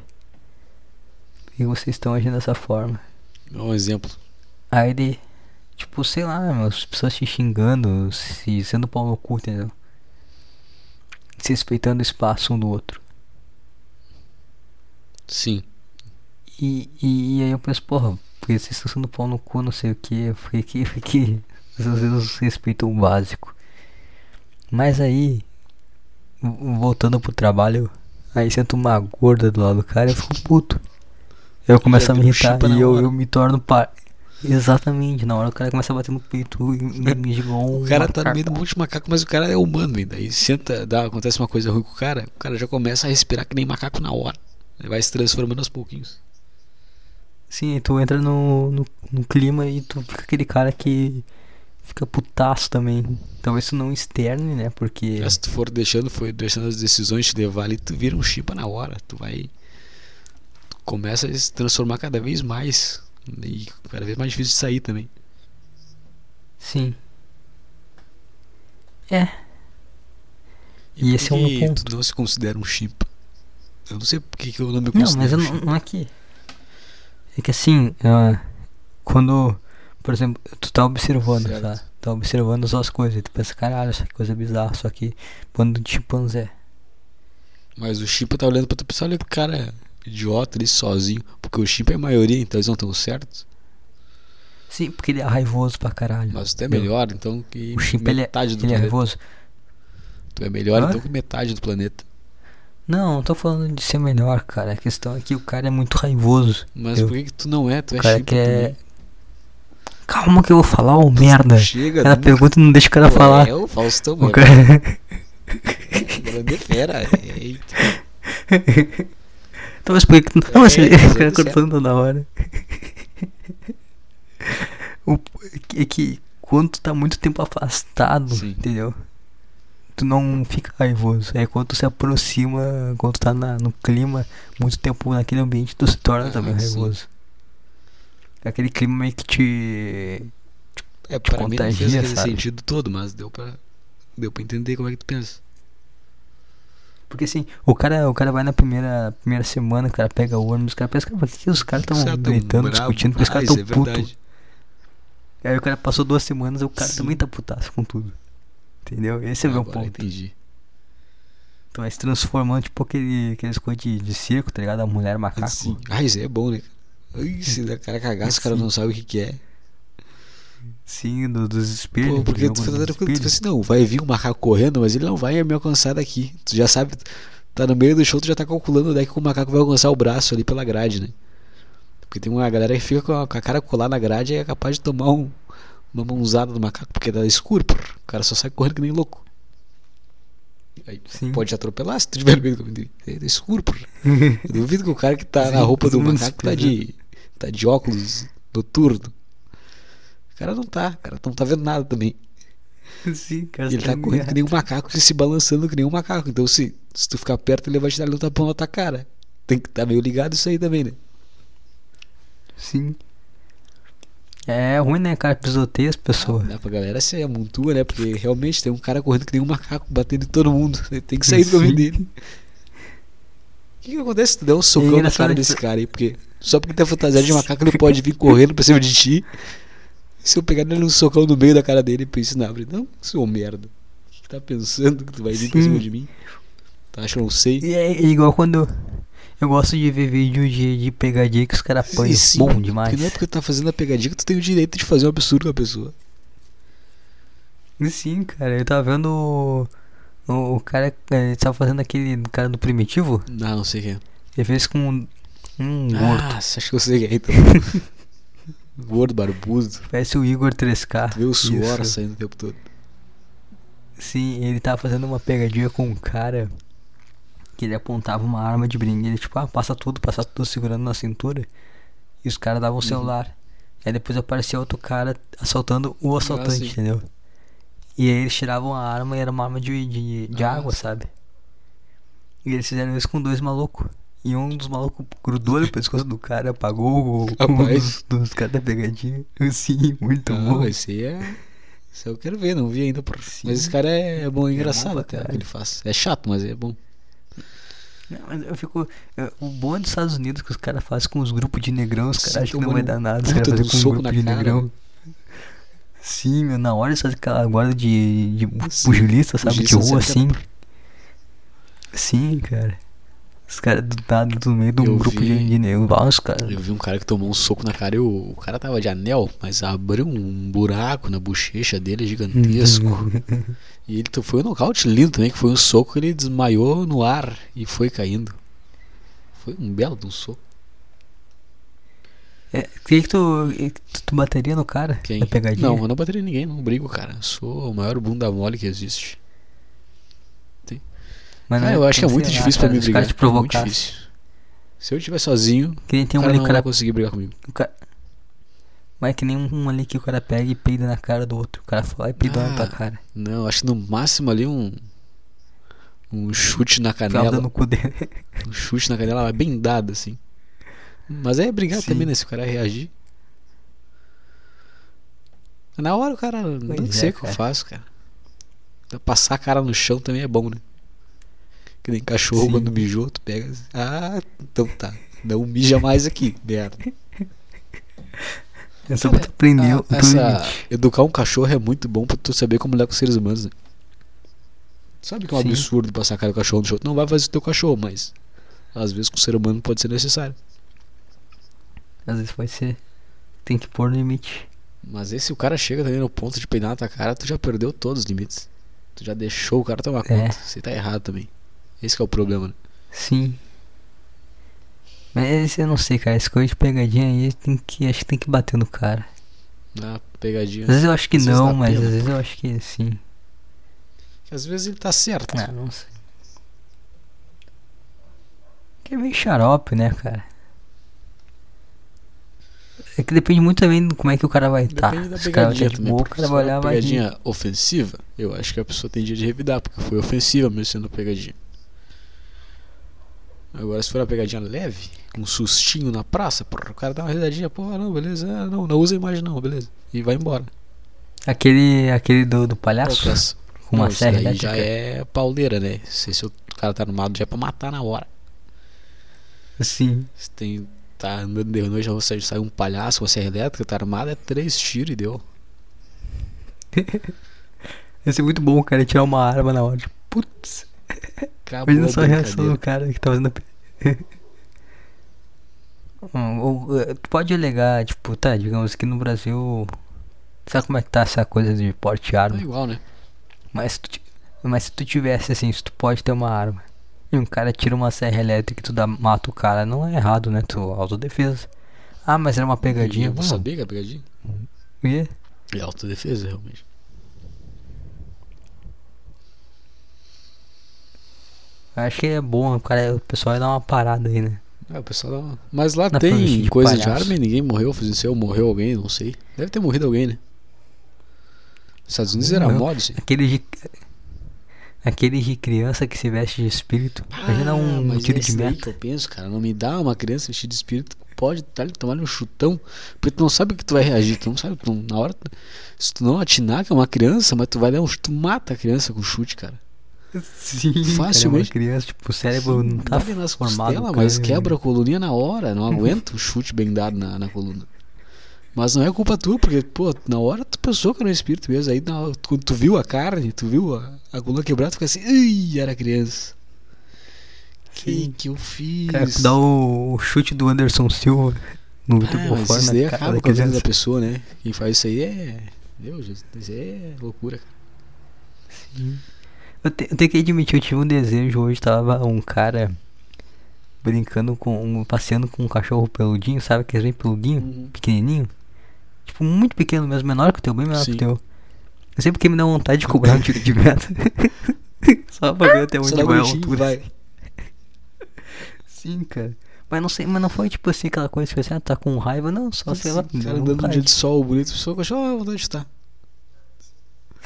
S1: Por que, que vocês estão agindo dessa forma?
S2: É um exemplo.
S1: Aí ele. Tipo, sei lá, meu, as pessoas te xingando, se sendo pau no cu, entendeu? Desrespeitando o espaço um do outro.
S2: Sim.
S1: E, e, e aí eu penso, porra, porque vocês estão sendo pau no cu, não sei o que, porque que, porque vocês não respeitam o básico. Mas aí, vo- voltando pro trabalho, aí sento uma gorda do lado do cara e eu fico puto. Eu começo a me
S2: deu
S1: irritar
S2: chipa na
S1: e eu,
S2: hora.
S1: eu me torno pa... Exatamente, na hora o cara começa a bater no peito e me me igual um
S2: O cara tá no
S1: macaco.
S2: meio do monte de macaco, mas o cara é humano ainda. E senta, dá, acontece uma coisa ruim com o cara, o cara já começa a respirar que nem macaco na hora. Ele vai se transformando aos pouquinhos.
S1: Sim, aí tu entra no, no, no clima e tu fica aquele cara que fica putaço também. Talvez tu não externe, né? Porque.
S2: Se tu for deixando, foi deixando as decisões te levar ali, tu vira um chipa na hora. Tu vai. Tu começa a se transformar cada vez mais. E cada vez mais difícil de sair também.
S1: Sim. É. E esse é um
S2: por que
S1: ponto.
S2: Tu não se considera um chipa. Eu não sei porque que eu não me
S1: Não,
S2: considero.
S1: mas eu
S2: um
S1: não,
S2: chimpa.
S1: não é que. É que assim, ah, quando. Por exemplo, tu tá observando,
S2: Certo.
S1: tá? Tá observando só as coisas. E tu pensa, caralho, essa coisa é bizarra. Só que quando de chimpanzé.
S2: Mas o Chimpa tá olhando pra tu pessoal, olha que cara idiota ali sozinho. Porque o Chimpa é a maioria, então eles não estão certos.
S1: Sim, porque ele é raivoso pra caralho.
S2: Mas tu é melhor, então que
S1: o chimpa ele, é,
S2: metade do
S1: ele é
S2: planeta.
S1: raivoso.
S2: tu é melhor,
S1: Hã?
S2: então que metade do planeta.
S1: Não, não tô falando de ser melhor, cara. A questão é que o cara é muito raivoso.
S2: Mas
S1: Eu-
S2: por que, que tu não é? Tu
S1: O
S2: é
S1: cara
S2: Chimpa
S1: quer.
S2: também.
S1: Calma que eu vou falar, ô merda.
S2: Chega,
S1: Ela
S2: tu-
S1: pergunta e não deixa o cara
S2: Pô,
S1: falar.
S2: É o Faustão,
S1: O
S2: mano.
S1: cara.
S2: Grande é fera. é, Eita.
S1: Então mas por que que tu- Não, mas
S2: É,
S1: ele
S2: tá
S1: fica
S2: tudo certo.
S1: cortando toda hora. O, é que quando tu tá muito tempo afastado,
S2: Sim.
S1: entendeu? Tu não fica raivoso. É quando tu se aproxima, quando tu tá na- no clima, muito tempo naquele ambiente, tu se torna
S2: Ah,
S1: também
S2: sim.
S1: raivoso. É aquele clima meio que te.
S2: É, pra mim não fez
S1: contagia,
S2: aquele
S1: sabe?
S2: sentido todo, mas deu pra, deu pra entender como é que tu pensa.
S1: Porque assim, o cara, o cara vai na primeira, primeira semana, o cara pega o ônibus, o cara pensa, cara, por que, que os caras
S2: Os
S1: estão
S2: caras tão
S1: gritando,
S2: é um bravo
S1: discutindo, porque os caras
S2: demais,
S1: estão
S2: é
S1: putos.
S2: verdade.
S1: Aí o cara passou duas semanas e o cara
S2: Sim.
S1: também tá putaço com tudo. Entendeu? Esse é o meu
S2: Agora
S1: ponto.
S2: entendi.
S1: Tu vai se transformando, tipo aquele, aqueles coisas de, de circo, tá ligado? A mulher macaco.
S2: Assim. Ah, isso aí é bom, né? cara? Ih, Se o cara cagar, os caras não sabem o que, que é.
S1: Sim, do- dos espelhos.
S2: Pô, porque
S1: jogo
S2: tu
S1: dos
S2: fica tranquilo, tu
S1: espelhos.
S2: fala assim, não, vai vir um macaco correndo, mas ele não vai me alcançar daqui. Tu já sabe, tá no meio do show, tu já tá calculando onde é que o macaco vai alcançar o braço ali pela grade, né? Porque tem uma galera que fica com a, com a cara colada na grade e é capaz de tomar um- uma mãozada do macaco, porque tá escuro, prrr, o cara só sai correndo que nem louco. Aí
S1: Sim.
S2: pode te atropelar se tu tiver no meio do caminho. É escuro, prrr. Eu duvido que o cara que tá na
S1: Sim,
S2: roupa do
S1: todo mundo
S2: macaco tá de, tá de óculos noturno. O cara não tá, o cara não tá vendo nada também.
S1: Sim, cara, é.
S2: E ele
S1: você
S2: tá
S1: me-
S2: correndo que nem um macaco e se balançando que nem um macaco. Então, se, se tu ficar perto, ele vai te dar ali um tapão na tua cara. Tem que estar meio ligado isso aí também, né?
S1: Sim. É ruim, né, cara? Pisoteia as pessoas.
S2: Dá pra galera ser a montua, né? Porque realmente tem um cara correndo que nem um macaco, batendo em todo mundo. Ele Tem que sair do caminho
S1: Sim.
S2: dele. O que, que acontece se tu der um socão na
S1: engraçado
S2: cara
S1: que-
S2: desse cara aí? Porque só porque tá fantasiado de macaco, ele pode vir correndo pra cima de ti. Se eu pegar nele um socão no meio da cara dele, pensa na abre. Não, seu merda. O que que tá pensando que tu vai vir pra
S1: Sim.
S2: cima de mim? Tá achando que eu não sei?
S1: E é igual quando. Eu gosto de ver vídeo de, de pegadinha que os caras apanham.
S2: Sim,
S1: Bom
S2: Porque
S1: demais.
S2: não é porque tu tá fazendo a pegadinha que tu tem o direito de fazer um absurdo com a pessoa.
S1: Sim, cara, eu tava vendo o, o, o cara, é, ele tava fazendo aquele do cara do primitivo,
S2: Não, não sei quem é.
S1: ele fez com um, um gordo,
S2: Ah, você acha que eu sei quem é então? Um Gordo, barbudo.
S1: parece o Igor 3K.
S2: Tu vê o suor
S1: Isso.
S2: saindo o tempo todo.
S1: Sim, ele tava fazendo uma pegadinha com um cara que ele apontava uma arma de brinquedo, ele tipo, ah, passa tudo, passa tudo segurando na cintura. E os caras
S2: Uhum.
S1: davam o celular. Aí depois aparecia outro cara assaltando o assaltante,
S2: Ah, sim.
S1: entendeu? E aí eles tiravam a arma e era uma arma de, de, de
S2: Ah,
S1: água,
S2: sim.
S1: sabe? E eles fizeram isso com dois malucos. E um dos malucos grudou no pescoço do cara, apagou o um
S2: Rapaz.
S1: dos, dos caras da pegadinha. Sim, muito
S2: Ah,
S1: Tá bom.
S2: esse aí é. Esse aí eu quero ver, não vi ainda. Por...
S1: Sim.
S2: Mas esse cara é bom, é engraçado
S1: pra
S2: até o que
S1: caralho.
S2: ele faz. É chato, mas é bom.
S1: Não, mas eu fico. eu- O bom é dos Estados Unidos que os caras fazem com os grupos de negrão, os
S2: Sim,
S1: caras acham que não
S2: tomando
S1: vai dar nada, os
S2: puta
S1: caras
S2: de
S1: fazem
S2: um
S1: com um
S2: soco
S1: grupo
S2: na
S1: de
S2: cara.
S1: negrão. Sim, meu, na hora eles fazem aquela guarda de, de
S2: Sim,
S1: pugilista, sabe?
S2: pugilista
S1: de rua assim.
S2: sempre
S1: Sim, cara. Os caras do nada do meio de um
S2: Eu
S1: grupo
S2: vi-
S1: de, de negro. Ah, os caras.
S2: Eu vi um cara que tomou um soco na cara e o, o cara tava de anel, mas abriu um buraco na bochecha dele
S1: Hum,
S2: gigantesco. e ele to- foi um nocaute lindo também, que foi um soco que ele desmaiou no ar e foi caindo. Foi um belo de um soco.
S1: É, quem que tu, que tu, tu bateria no cara?
S2: Quem?
S1: Na pegadinha?
S2: é Não, eu não bateria em ninguém, não brigo, cara. Eu Sou o maior bunda mole que existe.
S1: Mas não
S2: Ah, eu acho que é
S1: sei
S2: muito
S1: lá,
S2: difícil
S1: cara,
S2: pra mim
S1: se os caras te
S2: brigar. é muito
S1: provocar.
S2: difícil. Se eu estiver sozinho,
S1: Que nem tem
S2: o
S1: um
S2: cara
S1: ali que
S2: não é
S1: o cara.
S2: vai conseguir brigar comigo.
S1: o cara- Mas que nem um ali que o cara pega e peida na cara do outro. O cara foi lá e peidou na tua
S2: Ah,
S1: cara.
S2: Não, acho que no máximo ali um. Um chute na canela.
S1: Fralda no cu dele.
S2: um chute na canela mas bem dado, assim. Mas é brigar
S1: Sim.
S2: também, né? Se o cara reagir. Na hora o cara.
S1: Pois
S2: Não
S1: é,
S2: sei o que eu
S1: cara.
S2: faço, cara. Passar a cara no chão também é bom, né? Que nem cachorro
S1: Sim.
S2: quando mijou, tu pega. assim, Ah, então tá. Não mija mais aqui, merda.
S1: Só pra tu prender o teu
S2: ah, Essa,
S1: limite.
S2: educar um cachorro é muito bom pra tu saber como lidar com os seres humanos, né? Sabe que é um
S1: Sim.
S2: absurdo passar a cara do cachorro no chão? Tu Não vai fazer o teu cachorro, mas às vezes com o ser humano pode ser necessário.
S1: Às vezes pode ser. Tem que pôr no limite.
S2: Mas aí se o cara chega também no ponto de peidar na tua cara, tu já perdeu todos os limites. Tu já deixou o cara tomar
S1: É.
S2: conta. Você tá errado também. Esse que é o problema, né?
S1: Sim. Mas esse eu não sei, cara. Essa coisa de pegadinha aí tem que. Acho que tem que bater no cara.
S2: Na
S1: Às
S2: pegadinha.
S1: vezes eu acho que
S2: Às vezes
S1: não,
S2: dá
S1: mas
S2: pena.
S1: às vezes eu acho que sim.
S2: Às vezes ele tá certo.
S1: Ah, não sei. Que é meio xarope, né, cara? É que depende muito também de como é que o cara vai estar.
S2: Depende da
S1: Se o cara vai
S2: pegadinha
S1: tá de
S2: também.
S1: boa, o
S2: porque
S1: cara
S2: se
S1: vai
S2: for
S1: olhar
S2: uma
S1: vai rir.
S2: pegadinha ofensiva, eu acho que a pessoa tem dia de revidar, porque foi ofensiva mesmo sendo uma pegadinha. Agora, se for uma pegadinha leve, um sustinho na praça, porra, o cara dá uma risadinha, pô, não, beleza, ah, não, não usa a imagem não, beleza. E vai embora.
S1: Aquele, aquele do, do palhaço,
S2: Qual que é essa?
S1: com uma
S2: Não, isso daí
S1: serra elétrica.
S2: já é pauleira, né? Se, se o cara tá armado, já é pra matar na hora.
S1: Sim.
S2: Se tem, tá andando de noite, já você sai um palhaço, uma serra elétrica, tá armado, é três tiros e deu.
S1: Ia ser muito bom o cara tirar uma arma na hora. tipo, Putz,
S2: Acabou
S1: imagina
S2: a
S1: só a reação do
S2: brincadeira.
S1: cara que tá fazendo a pe- Hum, ou, eh, Tu pode alegar, tipo, tá, digamos que no Brasil. Sabe como é que tá essa coisa de porte de
S2: É
S1: arma?
S2: igual, né?
S1: Mas se, tu, ti- mas se tu tivesse assim, se tu pode ter uma arma e um cara tira uma serra elétrica e tu dá, mata o cara, não é errado, né? Tu autodefesa. Ah, mas era uma pegadinha.
S2: Eu vou
S1: Bom,
S2: saber que é pegadinha.
S1: e-
S2: É autodefesa, realmente.
S1: Acho que é bom, o, cara, o pessoal ia dar uma parada aí, né?
S2: Ah, o pessoal dá uma... Mas lá
S1: Na província
S2: tem
S1: é de
S2: coisa de
S1: palhaço.
S2: arma e ninguém morreu, se eu morreu alguém, não sei. Deve ter morrido alguém, né? Nos Estados Unidos era
S1: Morreu.
S2: mod, sim.
S1: Aquele de. Aquele de criança que se veste de espírito. Imagina um
S2: mas
S1: tiro
S2: é
S1: de
S2: isso daí
S1: meta.
S2: que eu penso, cara. Não me dá uma criança vestida de espírito que pode dar- tomar um chutão, porque tu não sabe o que tu vai reagir, tu não sabe, tu não- na hora, tu- se tu não atinar que é uma criança, mas tu vai dar um chute, tu mata a criança com chute, cara.
S1: Sim, cara, é
S2: Facilmente.
S1: uma criança, tipo, o cérebro não tá
S2: Dá-lhe nas
S1: formado.
S2: costelas,
S1: cara,
S2: mas
S1: né?
S2: quebra a coluninha na hora, não aguenta um chute bem dado na, na coluna. Mas não é culpa tua, porque, pô, na hora tu pensou que era um espírito mesmo, aí na hora- quando tu viu a carne, tu viu a, a coluna quebrada, tu fica assim, ai, era criança. Que
S1: Sim.
S2: que eu fiz?
S1: Cara, dá um o, o chute do Anderson Silva no
S2: Ah,
S1: Triple
S2: mas
S1: Four
S2: isso
S1: na
S2: daí
S1: né, cara
S2: acaba
S1: da
S2: com a vida
S1: criança.
S2: da pessoa, né? Quem faz isso aí é. Meu Deus, isso aí é loucura, cara.
S1: Eu, te- eu tenho que admitir, eu tive um desejo hoje, tava um cara brincando com. um- passeando com um cachorro peludinho, sabe? Que eles vêm peludinho,
S2: Uhum.
S1: pequenininho. Tipo, muito pequeno mesmo, menor que o teu, bem menor
S2: Sim.
S1: que o teu. Eu sempre que me dá vontade de cobrar um tiro de meta. Só pra ver até onde
S2: Só dá
S1: vai a
S2: um jeitinho,
S1: altura.
S2: vai.
S1: Sim, cara. Mas não sei, mas não foi tipo assim aquela coisa que você ah, tá com raiva, não, só sei lá. me dá
S2: O cara andando no dia
S1: vontade.
S2: de sol bonito, a pessoa com ah, vontade de Um chutar.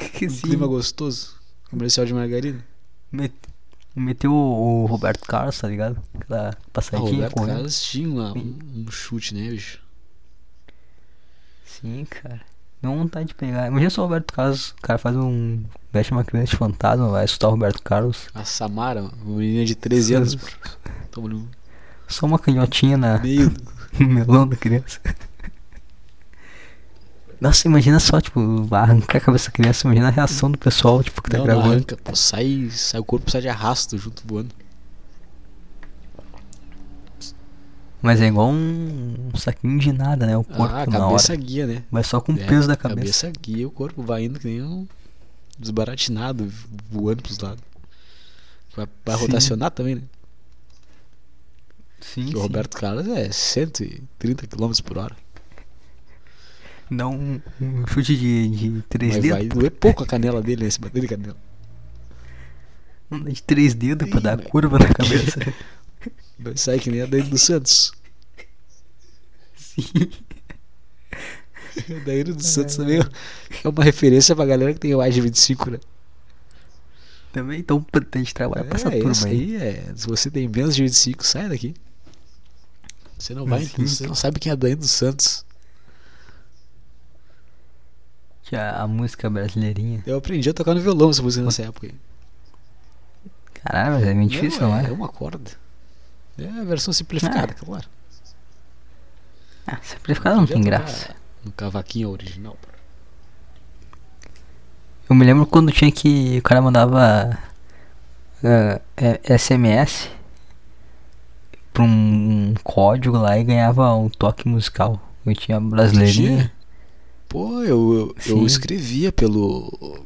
S2: Um
S1: Sim.
S2: clima gostoso. Comercial de Um margarina.
S1: Met- Meteu o, o Roberto Carlos, tá ligado? Aquela
S2: Ah, o
S1: passadinha
S2: Roberto
S1: correndo.
S2: Carlos tinha uma- um, um chute, né, bicho?
S1: Sim, cara. Não vontade de pegar. Imagina só o Roberto Carlos, o cara faz um. Veste uma criança de fantasma, vai assustar o Roberto Carlos.
S2: A Samara, uma menina de 13 anos, pô. Toma no
S1: Só uma canhotinha na,
S2: meio. do-
S1: no melão da criança. Nossa, imagina só, tipo, arrancar a cabeça da criança, imagina a reação do pessoal, tipo, que tá
S2: Não, não
S1: gravando.
S2: arranca, pô, sai, sai o corpo, sai de arrasto junto voando.
S1: Mas é igual um, um saquinho de nada, né? O corpo
S2: ah, a
S1: na hora.
S2: cabeça guia, né?
S1: Mas só com o
S2: É,
S1: um peso da cabeça.
S2: Cabeça guia, o corpo vai indo que nem um desbaratinado, voando pros lados. Vai, vai
S1: Sim.
S2: rotacionar também, né?
S1: Sim,
S2: Porque o Roberto Carlos é 130 km por hora.
S1: Dá um, um chute de, de 3
S2: Mas vai
S1: dedos.
S2: doer pouco a canela dele, né? Se bater de canela.
S1: Não dá de 3 dedos pra
S2: Ih, né?
S1: dar
S2: mas-
S1: curva na cabeça.
S2: Vai sair que nem a Daíra do Santos.
S1: Sim.
S2: A Daíra do Santos também é uma referência pra galera que tem mais de 25, né?
S1: Também então a gente trabalha pra essa
S2: é,
S1: turma
S2: essa
S1: aí.
S2: aí é. Se você tem menos de 25, sai daqui. Você não vai,
S1: Sim,
S2: você
S1: cara.
S2: não sabe quem é a Daíra do Santos.
S1: Que a, a música brasileirinha.
S2: Eu aprendi a tocar no violão essa música nessa época. aí.
S1: Caralho, mas é meio difícil, não,
S2: É
S1: é?
S2: uma corda. É a versão simplificada, claro.
S1: Ah, simplificado não tem
S2: Podia tocar
S1: graça.
S2: No cavaquinho original. pô.
S1: Eu me lembro quando tinha que. O cara mandava ah, é- SMS pra um código lá e ganhava um toque musical. Eu tinha brasileirinha.
S2: Tinha? Pô, eu, eu,
S1: Sim.
S2: eu escrevia pelo.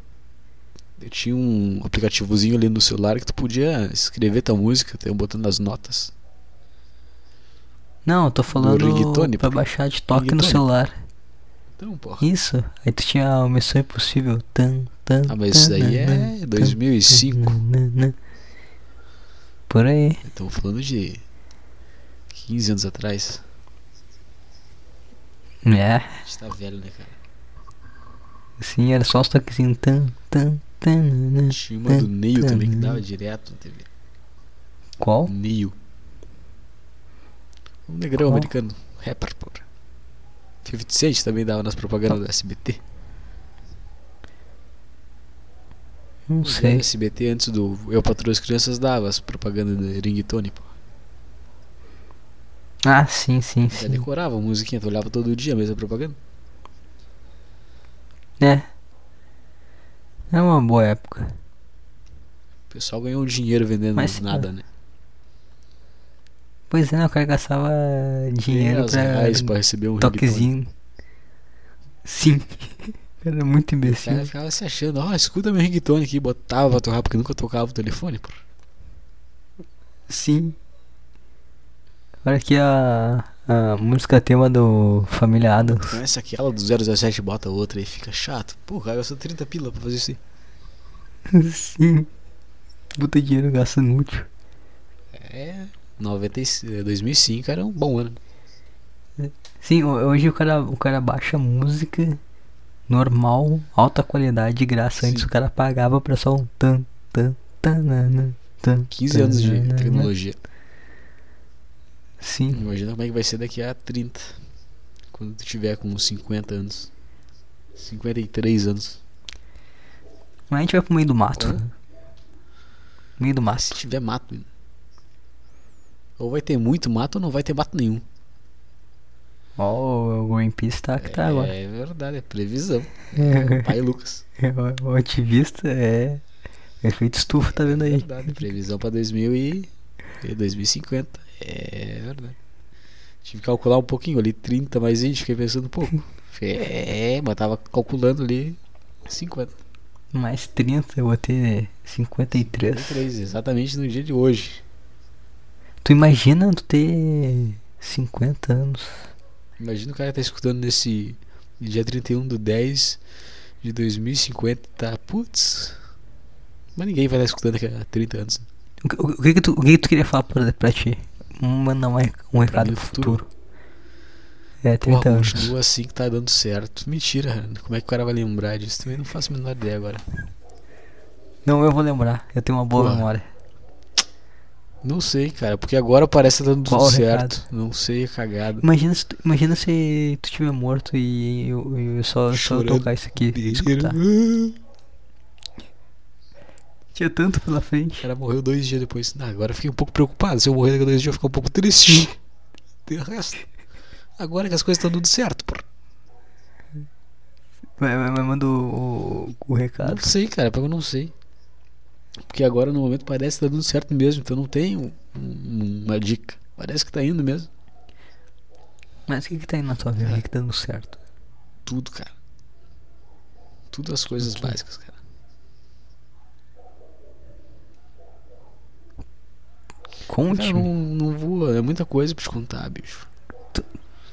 S2: Eu tinha um aplicativozinho ali no celular que tu podia escrever tua música, tu ia botando as notas.
S1: Não, eu tô falando
S2: reggaetone,
S1: pra
S2: pô.
S1: baixar de toque no
S2: Reggaetone.
S1: celular.
S2: Então, porra.
S1: Isso. Aí tu tinha a Missão Impossível. Tan, tan,
S2: Ah, mas isso
S1: tan,
S2: daí
S1: nan,
S2: é
S1: tan,
S2: 2005.
S1: nan, nan, nan. né, Por aí.
S2: Estamos né? falando de 15 anos atrás.
S1: É.
S2: A gente tá velho, né, cara?
S1: Sim, era só os toquezinhos. Tan, tan, tan, né, nan, nan.
S2: Tinha uma do Neil
S1: tá,
S2: também que
S1: né?
S2: dava direto na TV.
S1: Qual?
S2: Neil. Um negrão
S1: Qual?
S2: americano. Rapper, porra. 50 Cent também dava nas propagandas do SBT.
S1: Não
S2: O
S1: sei.
S2: SBT antes do Eu Patrulho as Crianças dava as propagandas de ringtone, pô.
S1: Ah, sim, sim,
S2: Já
S1: sim.
S2: decorava a musiquinha, tu olhava todo dia a mesma propaganda.
S1: É. É uma boa época.
S2: O pessoal ganhou dinheiro vendendo
S1: Mas,
S2: nada, né?
S1: Pois é, né? O cara gastava dinheiro
S2: 10 reais
S1: pra
S2: pra receber um ringtone.
S1: toquezinho. Sim. Era muito
S2: O
S1: imbecil.
S2: cara ficava se achando, ó, escuta meu ringtone aqui, botava pra tocar, porque nunca tocava o telefone, pô.
S1: Sim. Olha aqui a, a música tema do Família Adams.
S2: Conhece aquela do 007, bota outra e fica chato. Pô, cara, gastou 30 pila pra fazer isso aí.
S1: Sim. Puta dinheiro gasto inútil.
S2: É, 95, é, 2005 era um bom ano.
S1: Sim, ho- hoje o cara, o cara baixa música normal, alta qualidade, de graça. Antes
S2: Sim.
S1: o cara pagava pra só um tan, tan, tanana, tan.
S2: 15 anos de
S1: tanana.
S2: tecnologia.
S1: Sim.
S2: Imagina como é que vai ser daqui a 30. Quando tu tiver com uns 50 anos. 53 anos.
S1: Mas a gente vai pro meio do mato.
S2: Hã?
S1: Meio do
S2: Ah, se
S1: mato.
S2: tiver mato. ainda. Ou vai ter muito mato ou não vai ter mato nenhum.
S1: Ó, o Greenpeace tá que tá agora. É,
S2: É verdade, é previsão. Pai Lucas.
S1: O- O ativista é. Efeito estufa, tá vendo
S2: É
S1: aí?
S2: verdade, previsão pra 2000 e... e 2050. É verdade. Tive que calcular um pouquinho ali, 30 mais 20, fiquei pensando um pouco. É, mas tava calculando ali 50.
S1: Mais 30, eu vou ter 53.
S2: 53, exatamente no dia de hoje.
S1: Tu imagina tu ter 50 anos.
S2: Imagina o cara tá escutando nesse dia 31 do 10 de 2050 tá, putz. Mas ninguém vai estar escutando daqui a 30 anos.
S1: O, que- o que, que tu, o que que tu queria falar pra, pra ti? Manda um, re- um recado
S2: mim,
S1: pro
S2: o futuro.
S1: futuro. É, 30
S2: Porra,
S1: anos.
S2: continua assim que tá dando certo. Mentira, Rano. como é que o cara vai lembrar disso? Também não faço a menor ideia agora.
S1: Não, eu vou lembrar. Eu tenho uma boa
S2: Porra.
S1: memória.
S2: Não sei, cara, porque agora parece tá dando
S1: Qual
S2: tudo
S1: o
S2: certo. Não sei, é cagada.
S1: Imagina se, tu- imagina se tu tiver morto e eu, eu só, só
S2: Chorando
S1: tocar isso aqui. Escutar. Tinha tanto pela
S2: O
S1: frente.
S2: cara morreu dois dias depois. Ah, agora eu fiquei um pouco preocupado. Se eu morrer daqui a dois dias, eu vou ficar um pouco triste. De resto, agora que as coisas estão dando certo, porra.
S1: Mas, mas, mas manda o, o, o recado.
S2: Não sei, cara, porque eu não sei. Porque agora no momento parece que tá dando certo mesmo, então não tem um- um- uma dica. Parece que tá indo mesmo.
S1: Mas o que que tá indo na tua vida? O que que tá dando certo?
S2: Tudo, cara. Tudo as coisas básicas, cara. Cara,
S1: Conte. Um
S2: eu não, não vou. É muita coisa pra te contar, bicho.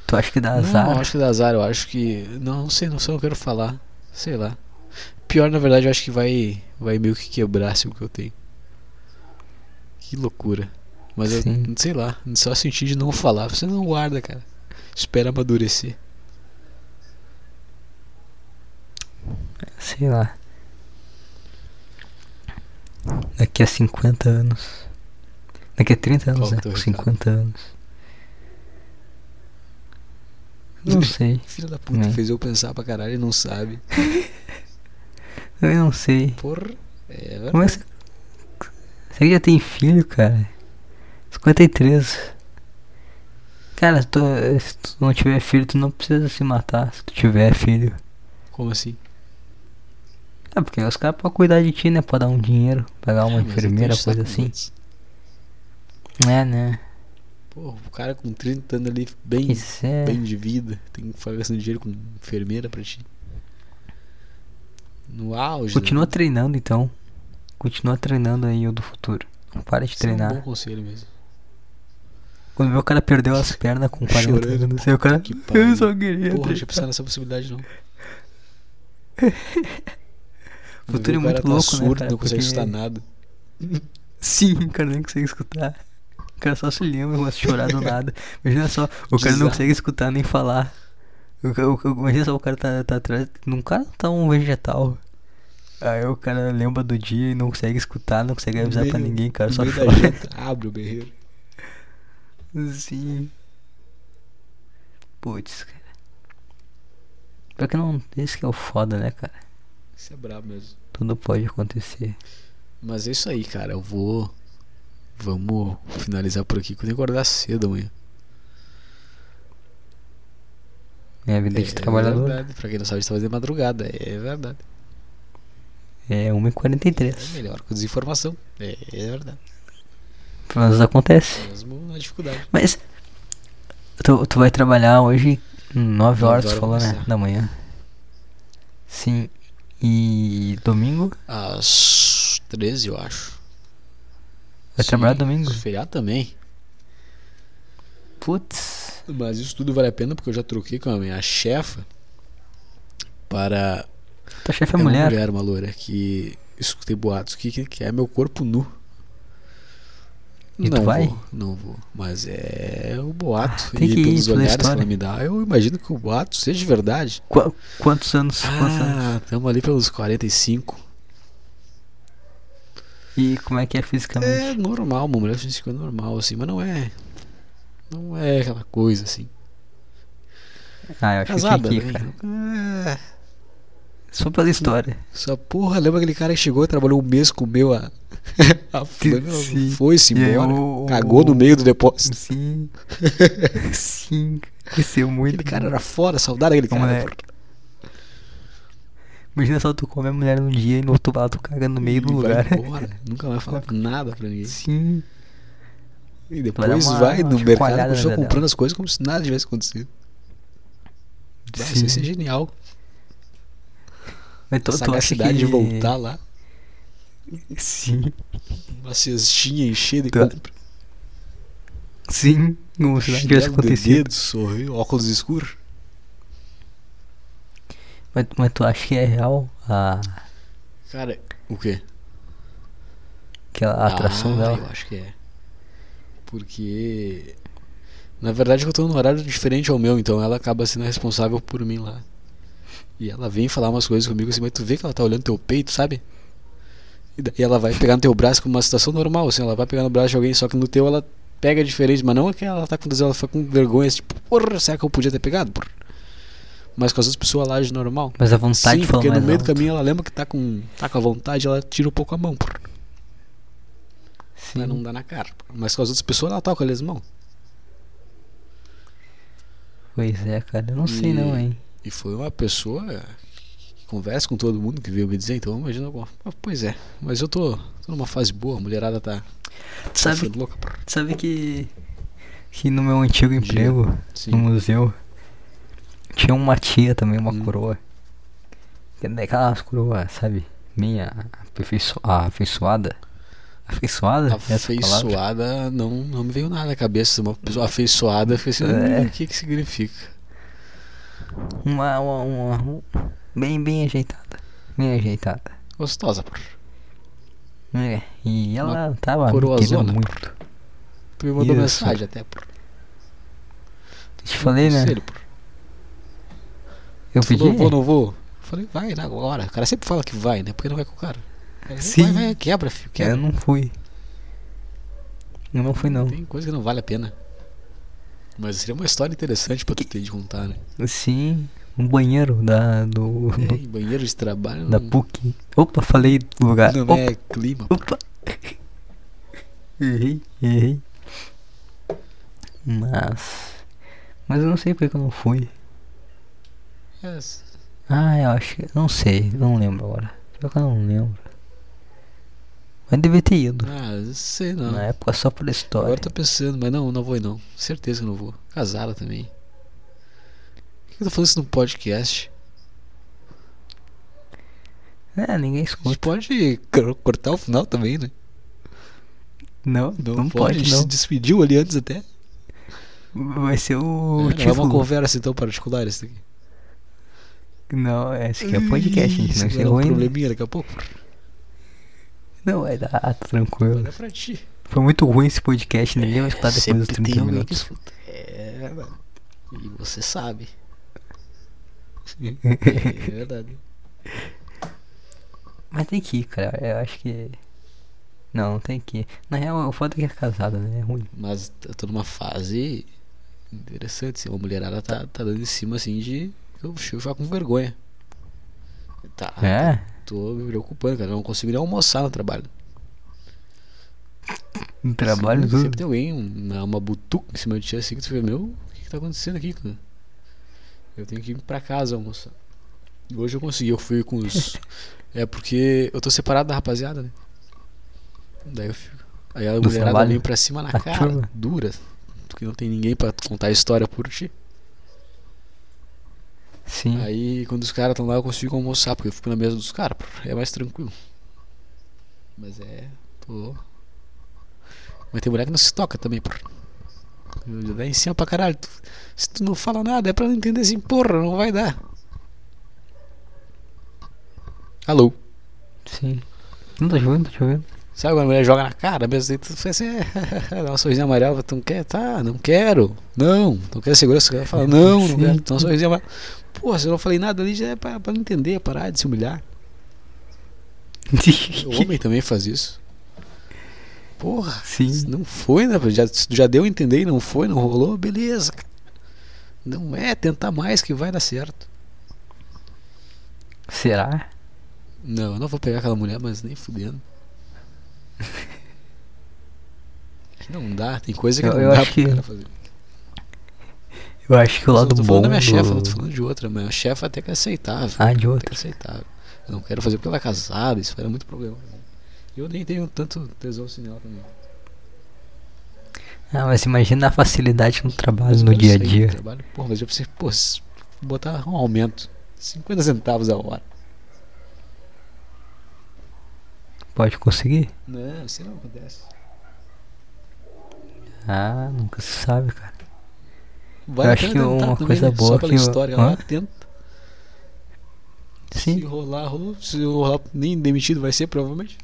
S1: Tu acha que dá
S2: Não, eu
S1: azar?
S2: acho que dá azar, eu acho que. Não, não sei, não sei, eu quero falar. Sei lá. Pior, na verdade, eu acho que vai. Vai meio que quebrar assim, o que eu tenho. Que loucura. Mas eu
S1: Sim.
S2: não sei lá, só senti de não falar. Você não guarda, cara. Espera amadurecer.
S1: Sei lá. Daqui a 50 anos. Daqui a 30 anos,
S2: Qual
S1: né?
S2: o teu recado?
S1: 50 anos. Não sei.
S2: Filha da puta,
S1: Hum.
S2: fez eu pensar pra caralho e não sabe.
S1: Eu não sei.
S2: Porra. É, verdade.
S1: Como é que você- Você que já tem filho, cara? 53. Cara, tu- se tu não tiver filho, tu não precisa se matar se tu tiver filho.
S2: como assim?
S1: Ah, porque os caras podem cuidar de ti, né? Pra dar um dinheiro, pagar uma
S2: Ah, mas eu tenho
S1: enfermeira,
S2: que
S1: coisa
S2: estar com
S1: assim.
S2: antes.
S1: É, né?
S2: Pô, o cara com 30 anos ali, bem,
S1: Isso é.
S2: bem de vida, tem que ficar gastando dinheiro com enfermeira pra ti. No auge.
S1: Continua
S2: né?
S1: treinando então. Continua treinando aí o do futuro. Não para de
S2: Isso é um
S1: treinar.
S2: bom conselho mesmo.
S1: Quando vê o cara perdeu as pernas com 40
S2: Chorando,
S1: anos, aí o cara.
S2: Que pariu.
S1: Eu só queria.
S2: Porra, não
S1: treinar."
S2: tinha pensado nessa possibilidade não.
S1: O futuro é
S2: O
S1: muito
S2: cara tá
S1: louco, né?
S2: surdo,
S1: Cara,
S2: não consegue
S1: Porque-
S2: escutar nada.
S1: Sim, o cara não consegue escutar. O cara só se lembra, começa a chorar do nada. Imagina só, o cara não
S2: Bizarro.
S1: consegue escutar nem falar. O, ca- o, ca- imagina só, o cara tá, tá atrás. Num cara tá um vegetal. Aí o cara lembra do dia e não consegue escutar, não consegue
S2: No
S1: avisar pra
S2: meio-
S1: ninguém, cara.
S2: no
S1: Só
S2: meio da
S1: chora.
S2: janta, abre o berreiro.
S1: Sim. Putz, cara. Pior que não. Esse que é o foda, né, cara?
S2: Isso é brabo mesmo.
S1: Tudo pode acontecer.
S2: Mas é isso aí, cara. Eu vou. Vamos finalizar por aqui que eu tenho que acordar cedo amanhã.
S1: Minha vida é de trabalhador
S2: É verdade. Pra quem não sabe, está fazendo madrugada. É verdade.
S1: é
S2: É
S1: 1h43.
S2: melhor com desinformação. É, é verdade.
S1: Pelo menos acontece.
S2: Mesmo na dificuldade.
S1: Mas tu, tu vai trabalhar hoje 9
S2: Nove
S1: horas, tu
S2: horas
S1: falou, né?
S2: começar.
S1: Da manhã. Sim. E domingo?
S2: Às 13, eu acho.
S1: Vai trabalhar domingo?
S2: Feriado também.
S1: Putz.
S2: Mas isso tudo vale a pena porque eu já troquei com a minha chefa para
S1: Tua chefe é,
S2: É uma
S1: mulher.
S2: mulher, uma loira, que escutei boatos que, que, que é meu corpo nu.
S1: E tu
S2: não
S1: vai?
S2: Vou, não vou. Mas é o boato.
S1: Ah, tem
S2: e
S1: que ir
S2: pelos
S1: pela
S2: olhares que
S1: história.
S2: ela me dá, eu imagino que o boato seja verdade.
S1: Qu- quantos anos? Quantos anos?
S2: Ah, estamos ali pelos 45.
S1: E como é que é fisicamente?
S2: É normal, uma mulher de 55 é normal, assim, mas não é. Não é aquela coisa assim.
S1: Ah, eu acho
S2: É Casada,
S1: que tem que ir,
S2: né?
S1: cara.
S2: É.
S1: Só pela história.
S2: Essa porra, lembra aquele cara que chegou e trabalhou um mês com o meu a. a fulana
S1: Sim.
S2: foi-se
S1: E aí
S2: embora.
S1: o-
S2: Cagou no meio do depósito.
S1: Sim. Sim. Cresceu muito.
S2: Aquele cara era fora, saudade daquele
S1: Como
S2: cara.
S1: é? Imagina só tu comer a mulher um dia e no outro lado tu caga no meio do
S2: E vai
S1: lugar.
S2: embora, nunca vai falar nada pra ninguém.
S1: Sim.
S2: E
S1: Vai dar
S2: depois
S1: uma-
S2: vai,
S1: uma né,
S2: no mercado
S1: chacoalhada
S2: e continua
S1: na dela.
S2: comprando as coisas como se nada tivesse acontecido. Bah,
S1: Sim.
S2: isso é genial.
S1: Mas tu,
S2: A
S1: tu acha
S2: sagacidade de
S1: que-
S2: voltar lá,
S1: Sim.
S2: uma cestinha enchida e
S1: Tu-
S2: compra.
S1: Sim. Como se nada tivesse
S2: Chinelo de
S1: acontecido.
S2: dedo, sorriu, óculos escuros.
S1: Mas, mas tu acha que é real a,
S2: Cara, o quê?
S1: aquela atração
S2: ah, Eu
S1: dela?
S2: acho que é. Porque. Na verdade, eu tô num horário diferente ao meu, então ela acaba sendo responsável por mim lá. E ela vem falar umas coisas comigo assim, mas tu vê que ela tá olhando teu peito, sabe? E daí ela vai pegar no teu braço como uma situação normal, assim, ela vai pegar no braço de alguém, só que no teu ela pega diferente, mas não é que ela tá com tesão, ela fica com vergonha, assim, tipo, porra, será que eu podia ter pegado? Porra. Mas com as outras pessoas ela age normal.
S1: Mas a vontade
S2: Sim,
S1: tá de falar
S2: porque no
S1: mais
S2: meio do
S1: alto.
S2: caminho ela lembra que tá com, tá com a vontade, ela tira um pouco a mão, porra, pra
S1: Sim.
S2: não é dar na cara. porra. Mas com as outras pessoas ela toca eles mão.
S1: Pois é, cara. Eu não sei
S2: E-
S1: não, hein.
S2: E foi uma pessoa que conversa com todo mundo que veio me dizer, então imagina alguma. Ah, pois é, mas eu tô, tô numa fase boa, a mulherada tá, tá
S1: Tu sabe,
S2: ficando louca. porra.
S1: tu sabe que... Que no meu antigo
S2: Diga.
S1: emprego, no
S2: Sim.
S1: museu, tinha uma tia também, uma
S2: Hum.
S1: coroa. Que é Daquelas coroas, sabe? Minha aperfeiço... ah, afeiçoada. Afeiçoada? Essa palavra?
S2: Afeiçoada não, não me veio nada à cabeça. Uma pessoa afeiçoada, eu fiquei assim,
S1: É.
S2: "Hum, o que que significa?
S1: Uma, uma, uma- um- Bem, bem ajeitada. Bem ajeitada.
S2: Gostosa, porra.
S1: É, e ela tava me querendo
S2: coroazona.
S1: muito.
S2: Tu me mandou
S1: Isso.
S2: mensagem até, porra.
S1: Te falei, né?
S2: Conselho, porra.
S1: Eu
S2: Tu falou,
S1: pedi.
S2: vou, não vou. Eu Falei, vai né, agora. O cara sempre fala que vai, né? Porque não vai com o cara. Aí,
S1: Sim.
S2: Vai, vai, quebra, filho.
S1: Eu
S2: Quebra.
S1: não fui. Eu não fui, não.
S2: Tem coisa que não vale a pena. Mas seria uma história interessante pra tu ter de contar, né?
S1: Sim, um banheiro da. do.
S2: É, em banheiro de trabalho
S1: da
S2: não,
S1: PUC. Opa, falei lugar.
S2: não
S1: Opa,
S2: é clima.
S1: opa. errei, errei. Mas. Mas eu não sei porque que eu não fui.
S2: É,
S1: Ah, eu acho que. Não sei, não lembro agora. Pior que eu não lembro. Mas devia ter ido.
S2: ah, sei não.
S1: Na época só por é história.
S2: Agora tô pensando, mas não, não vou não. Certeza que não vou. Casada também. Por que eu tô falando isso num podcast?
S1: É, ninguém
S2: A gente
S1: escuta.
S2: pode cor- cortar o final também, né?
S1: Não, não, pode,
S2: A gente se despediu ali antes até.
S1: não. Vai ser o tipo,
S2: é, não é uma
S1: título.
S2: conversa então particular isso daqui.
S1: Não, esse aqui é podcast, gente.
S2: Isso
S1: Não vai ser
S2: vai dar um
S1: ruim. né?
S2: probleminha daqui a pouco.
S1: Não vai dar, tá tranquilo.
S2: Olha é pra ti.
S1: Foi muito ruim esse podcast, ninguém vai escutar depois dos
S2: É, Sempre tem
S1: 30
S2: alguém que
S1: minutos.
S2: escuta. É, mano. E você sabe. É verdade.
S1: Mas tem que ir, cara. Eu acho que. Não, não tem que ir. Na real, o foda é que é casado, né? É ruim.
S2: Mas eu tô numa fase interessante, assim. Uma mulherada tá, tá dando em cima assim de. Eu chego já com vergonha. Tá.
S1: É?
S2: Tô me preocupando, cara. Eu não consigo nem almoçar no trabalho.
S1: No trabalho
S2: sempre,
S1: tudo.
S2: sempre tem alguém, uma, uma butuca em cima de ti assim que tu vê, meu, o que, que tá acontecendo aqui, cara? Eu tenho que ir pra casa almoçar. E Hoje eu consegui, eu fui com os. é porque eu tô separado da rapaziada, né? Daí eu fico. Aí a
S1: Do
S2: mulherada
S1: trabalho?
S2: vem pra cima na
S1: A
S2: cara,
S1: turma?
S2: dura. Porque não tem ninguém pra tu contar a história por ti.
S1: Sim.
S2: Aí quando os caras estão lá eu consigo almoçar, porque eu fico na mesa dos caras, pô, é mais tranquilo. Mas é. Tô. Mas tem mulher que não se toca também, pô. Já dá em cima pra caralho. Tu- Se tu não fala nada, é pra não entender assim, porra, não vai dar. Alô?
S1: Sim. Não tá chovendo, tá chovendo.
S2: Sabe quando a mulher joga na cara mesmo? Daí Tu faz assim, é, dá um sorrisinho amarelo, tu não quer? Tá, não quero. Não, não quero segurança. Ela fala, não, não
S1: Sim.
S2: quero. Dá um sorrisinho amarelo. Porra, se eu não falei nada ali, já é pra, pra não entender, parar de se humilhar. O homem também faz isso. Porra, se
S1: Sim.
S2: não foi, né? Já, se tu já deu a entender e não foi, não rolou, beleza. cara. Não é tentar mais que vai dar certo.
S1: Será?
S2: Não, eu não vou pegar aquela mulher, mas nem fudendo. Que Não dá, tem coisa que
S1: Eu-
S2: não
S1: eu
S2: dá
S1: acho
S2: pro
S1: que
S2: cara fazer.
S1: Eu acho que o
S2: Mas eu
S1: lado
S2: não tô
S1: bom.
S2: falando da minha chefa, eu tô
S1: do-
S2: falando de outra, mas a chefa até que é aceitável.
S1: Ah, de
S2: até
S1: outro.
S2: que é aceitável. Eu não quero fazer porque ela é casada, isso era muito problema. Eu nem tenho tanto tesão assim nela também.
S1: Ah, mas imagina a facilidade no
S2: Mas
S1: trabalho,
S2: eu
S1: no
S2: quero
S1: dia a
S2: sair do
S1: dia.
S2: Trabalho. Porra, mas eu preciso pô, s- botar um aumento. 50 centavos a hora.
S1: Pode conseguir?
S2: Não, isso não acontece.
S1: Ah, nunca se sabe, cara.
S2: Vale
S1: Eu
S2: a
S1: acho
S2: pena
S1: que
S2: tentar
S1: uma
S2: também,
S1: coisa
S2: né?
S1: boa
S2: Só pela
S1: que eu-
S2: história lá,
S1: Hã?
S2: tenta. Se
S1: Sim.
S2: rolar, rolou. Se eu rolar, nem demitido vai ser, provavelmente.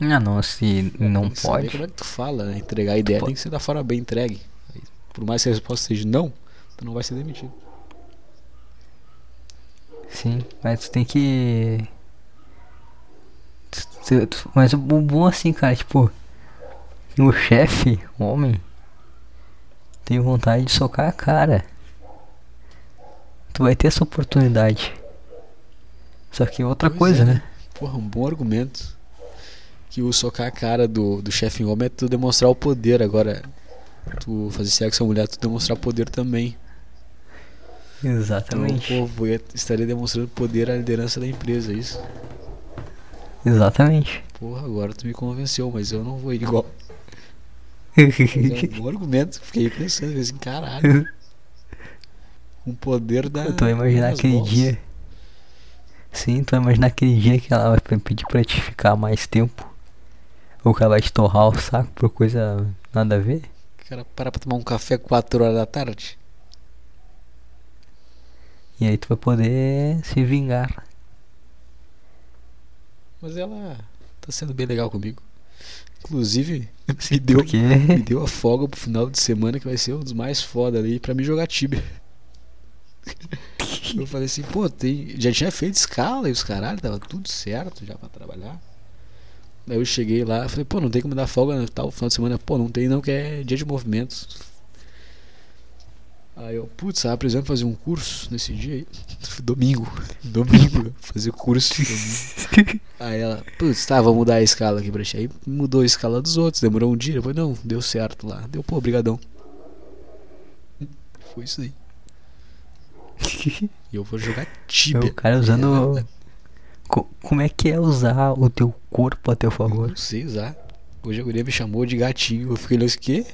S1: Ah, não, se não
S2: Tem que saber
S1: pode.
S2: Como é que tu fala, né? Entregar a ideia
S1: pode.
S2: tem que ser da forma bem entregue. Aí, por mais que a resposta seja não, tu não vai ser demitido.
S1: Sim, mas tu tem que Tu- tu- Mas o bom assim, cara, tipo. O chefe, o homem, tem vontade de socar a cara. Tu vai ter essa oportunidade. Só que é outra
S2: Pois
S1: coisa,
S2: é,
S1: né?
S2: Porra, um bom argumento. Que o socar a cara do, do chefe em homem é tu demonstrar o poder. Agora, tu fazer sexo com a mulher, tu demonstrar poder também. Então,
S1: Exatamente.
S2: pô, vou- estaria demonstrando poder à liderança da empresa, é isso?
S1: Exatamente.
S2: Porra, agora tu me convenceu, mas eu não vou ir igual. Mas é um bom argumento. Fiquei pensando, assim, caralho. Um poder da.
S1: tu vai imaginar
S2: das
S1: aquele
S2: bolas.
S1: dia. Sim, tu vai imaginar aquele dia que ela vai pe- pedir pra te ficar mais tempo. Ou que ela vai te torrar o saco por coisa nada a ver.
S2: Cara, parar pra tomar um café 4 horas da tarde.
S1: E aí tu vai poder se vingar.
S2: Mas ela tá sendo bem legal comigo. Inclusive,
S1: Sim,
S2: me deu, um
S1: Porque
S2: me deu a folga pro final de semana que vai ser um dos mais foda ali pra me jogar Tibia. Eu falei assim, pô, tem... já tinha feito escala e os caralho, tava tudo certo já pra trabalhar. Daí eu cheguei lá, falei, pô, não tem como dar folga no tal final de semana. Pô, não tem não, que é dia de movimentos. Aí eu, putz, tava precisando fazer um curso nesse dia aí. Domingo. Domingo. Fazer curso de domingo. Aí ela, putz, tá, vamos mudar a escala aqui pra ti. Aí mudou a escala dos outros, demorou um dia, depois não, deu certo lá. Deu, pô, brigadão. Foi isso aí. E eu vou jogar
S1: É
S2: Tibia. é,
S1: o cara usando. Co- como é que é usar o teu corpo a teu
S2: Eu
S1: favor?
S2: não sei usar. ah. Hoje a guria me chamou de gatinho. Eu fiquei olhando assim, quê?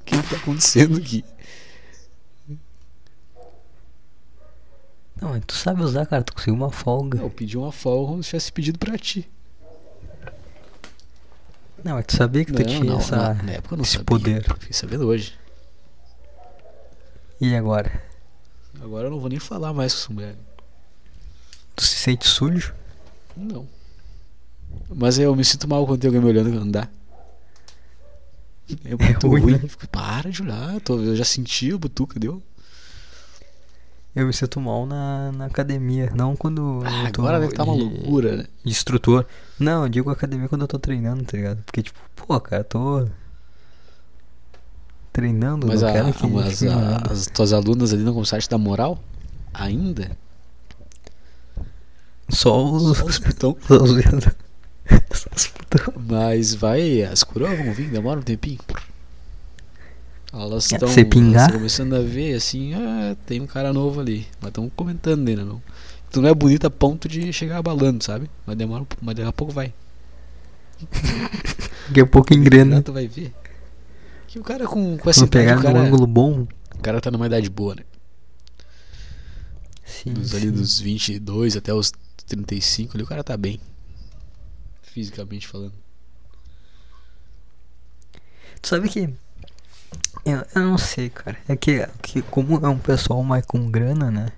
S2: O que tá acontecendo aqui?
S1: Não, mas tu sabe usar, cara, tu conseguiu uma folga.
S2: Uhum. Não, eu pedi uma folga como se tivesse pedido pra ti.
S1: Não, mas tu sabia que tu tinha essa.
S2: na época eu não
S1: esse
S2: sabia.
S1: poder.
S2: Fiquei sabendo hoje.
S1: E agora?
S2: Agora eu não vou nem falar mais com essa mulher.
S1: Tu se sente sujo?
S2: Não. Mas eu me sinto mal quando tem alguém me olhando andar. É muito
S1: ruim,
S2: ruim.
S1: né?
S2: Fico, Para de olhar, eu tô- eu já senti a butuca, deu?
S1: Eu me sinto mal na, na academia. Não quando.
S2: Ah,
S1: eu tô
S2: agora deve tá uma
S1: de-
S2: loucura, né?
S1: de instrutor. Não, eu digo academia quando eu tô treinando, tá ligado? Porque, tipo, pô, cara, eu tô. Treinando,
S2: Mas,
S1: não
S2: a-
S1: quero
S2: a-
S1: que.
S2: mas
S1: que me
S2: a-
S1: olhando.
S2: as tuas alunas ali não começaram a te dar moral? Ainda?
S1: Só os.
S2: Só os putão.
S1: Só os. Só os putão.
S2: Mas vai, as coroas vão vir, demora um tempinho. Elas
S1: É,
S2: estão
S1: você pingar?
S2: começando a ver assim, ah, tem um cara novo ali. Mas estão comentando ainda, não. Tu não é bonita a ponto de chegar abalando, sabe? Mas demora, um pou- mas daqui a pouco vai.
S1: Daqui a pouco
S2: Lá
S1: engrena.
S2: tu vai ver. Que o cara com, com essa
S1: Se
S2: idade,
S1: Uhum. pegar
S2: o
S1: num
S2: cara,
S1: ângulo bom.
S2: o cara tá numa idade boa, né?
S1: Sim.
S2: Dos, ali dos 22 até os 35 ali, o cara tá bem. Fisicamente falando.
S1: Tu sabe que. Eu, eu não sei, cara. É que, que como é um pessoal mais com grana, né?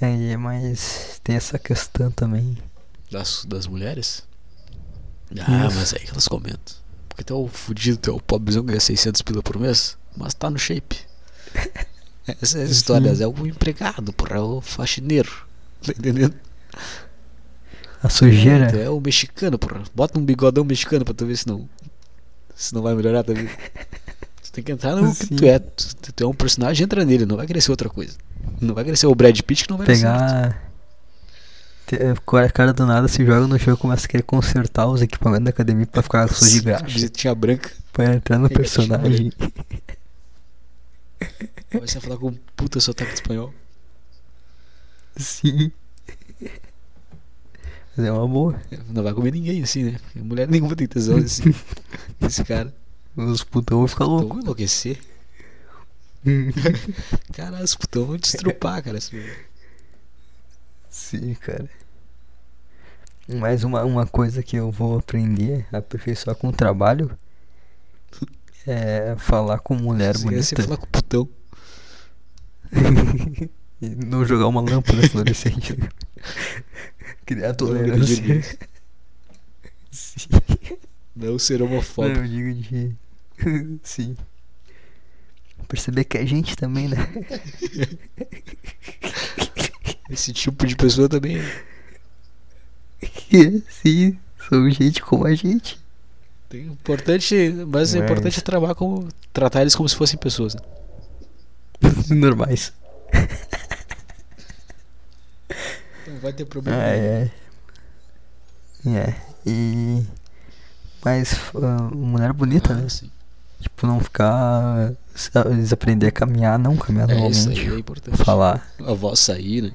S1: Aí é mais. Tem essa questão também.
S2: Das, das mulheres? Ah,
S1: Isso.
S2: mas aí que elas comentam. Porque tu é o fudido, tu é o pobrezão que ganha 600 pila por mês, mas tá no shape. Essas histórias é o empregado, porra, é o faxineiro. Tá entendendo?
S1: A
S2: Tu
S1: sujeira.
S2: é o mexicano, porra. Bota um bigodão mexicano pra tu ver se não. Se não vai melhorar também. tu tem que entrar no que tu
S1: Sim.
S2: é. Tu, tu- tu é um personagem, entra nele, não vai crescer outra coisa. Não vai crescer o Brad Pitt que não vai crescer.
S1: Pegar. te- Agora a cara do nada se joga no jogo e começa a querer consertar os equipamentos da academia pra ficar sujo de graça.
S2: Visitinha branca.
S1: Pra entrar no personagem.
S2: Começa a falar com um puta sotaque de espanhol.
S1: Sim. Mas é uma boa.
S2: Não vai comer ninguém assim, né? Porque Mulher nenhuma tem tesão desse, desse cara.
S1: Os putão vão ficar
S2: Então
S1: loucos.
S2: vou enlouquecer. Cara, os putão vão te estrupar, cara. assim.
S1: Sim, cara. Mais uma, uma coisa que eu vou aprender a aperfeiçoar com o trabalho é falar com mulher
S2: Você quer se
S1: bonita
S2: falar com o putão.
S1: e não jogar uma lâmpada fluorescente. Criar tolerância.
S2: digo
S1: Sim.
S2: Não ser
S1: Não,
S2: homofóbico.
S1: eu digo de. Sim. Perceber que é gente também, né?
S2: é Esse tipo de pessoa também
S1: Sim, são gente como a gente.
S2: Tem- o importante, mas o
S1: É
S2: importante
S1: isso.
S2: é trabalhar como, tratar eles como se fossem pessoas. né?
S1: Normais.
S2: Não Então, vai ter problema.
S1: É, é. É, e. Mas, ah, mulher bonita, né?
S2: Ah, sim.
S1: Tipo, não ficar. sa- Eles aprender a caminhar, não caminhar
S2: É, isso aí é
S1: normalmente.
S2: importante.
S1: Falar.
S2: A voz sair, né?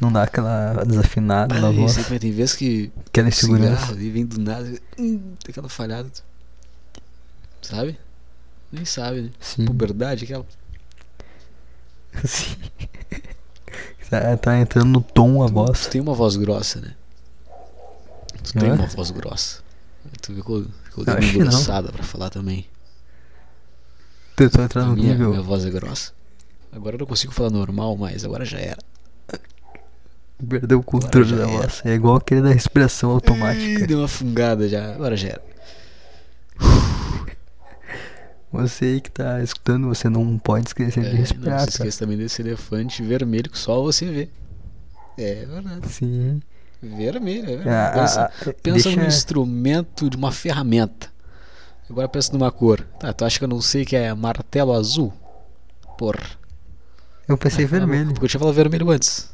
S1: Não dar aquela desafinada na
S2: Ah,
S1: voz.
S2: isso aí, mas tem vezes que
S1: Aquela insegurança.
S2: cigarro ali vem do nada, hum, tem aquela falhada. Sabe? Nem sabe, né?
S1: Sim.
S2: Puberdade, aquela.
S1: Sim. Tá, tá entrando no tom a
S2: Tu-
S1: voz.
S2: Tu tem uma voz grossa, né? Tu tem
S1: Hã?
S2: uma voz grossa. Tu ficou, ficou dando
S1: acho
S2: uma
S1: que não.
S2: engrossada pra falar também.
S1: Tu tá
S2: A
S1: entrando no
S2: minha,
S1: nível.
S2: minha voz é grossa. Agora eu não consigo falar normal, mas agora já era.
S1: Perdeu o controle
S2: já
S1: da
S2: era.
S1: voz. É igual aquele da respiração
S2: Ih,
S1: automática.
S2: deu uma fungada já. Agora já era.
S1: Você aí que tá escutando, você não pode esquecer
S2: É,
S1: de
S2: não
S1: respirar,
S2: se
S1: cara.
S2: esqueça também desse elefante vermelho que só você vê. É verdade.
S1: Sim.
S2: Vermelho, é
S1: Ah,
S2: verdade. Pensa,
S1: ah, ah,
S2: pensa num
S1: deixa-
S2: instrumento de uma ferramenta. Agora pensa numa cor. Tá, tu acha que eu não sei que é martelo azul? Porra.
S1: Eu pensei é vermelho.
S2: Porque eu tinha falado vermelho antes.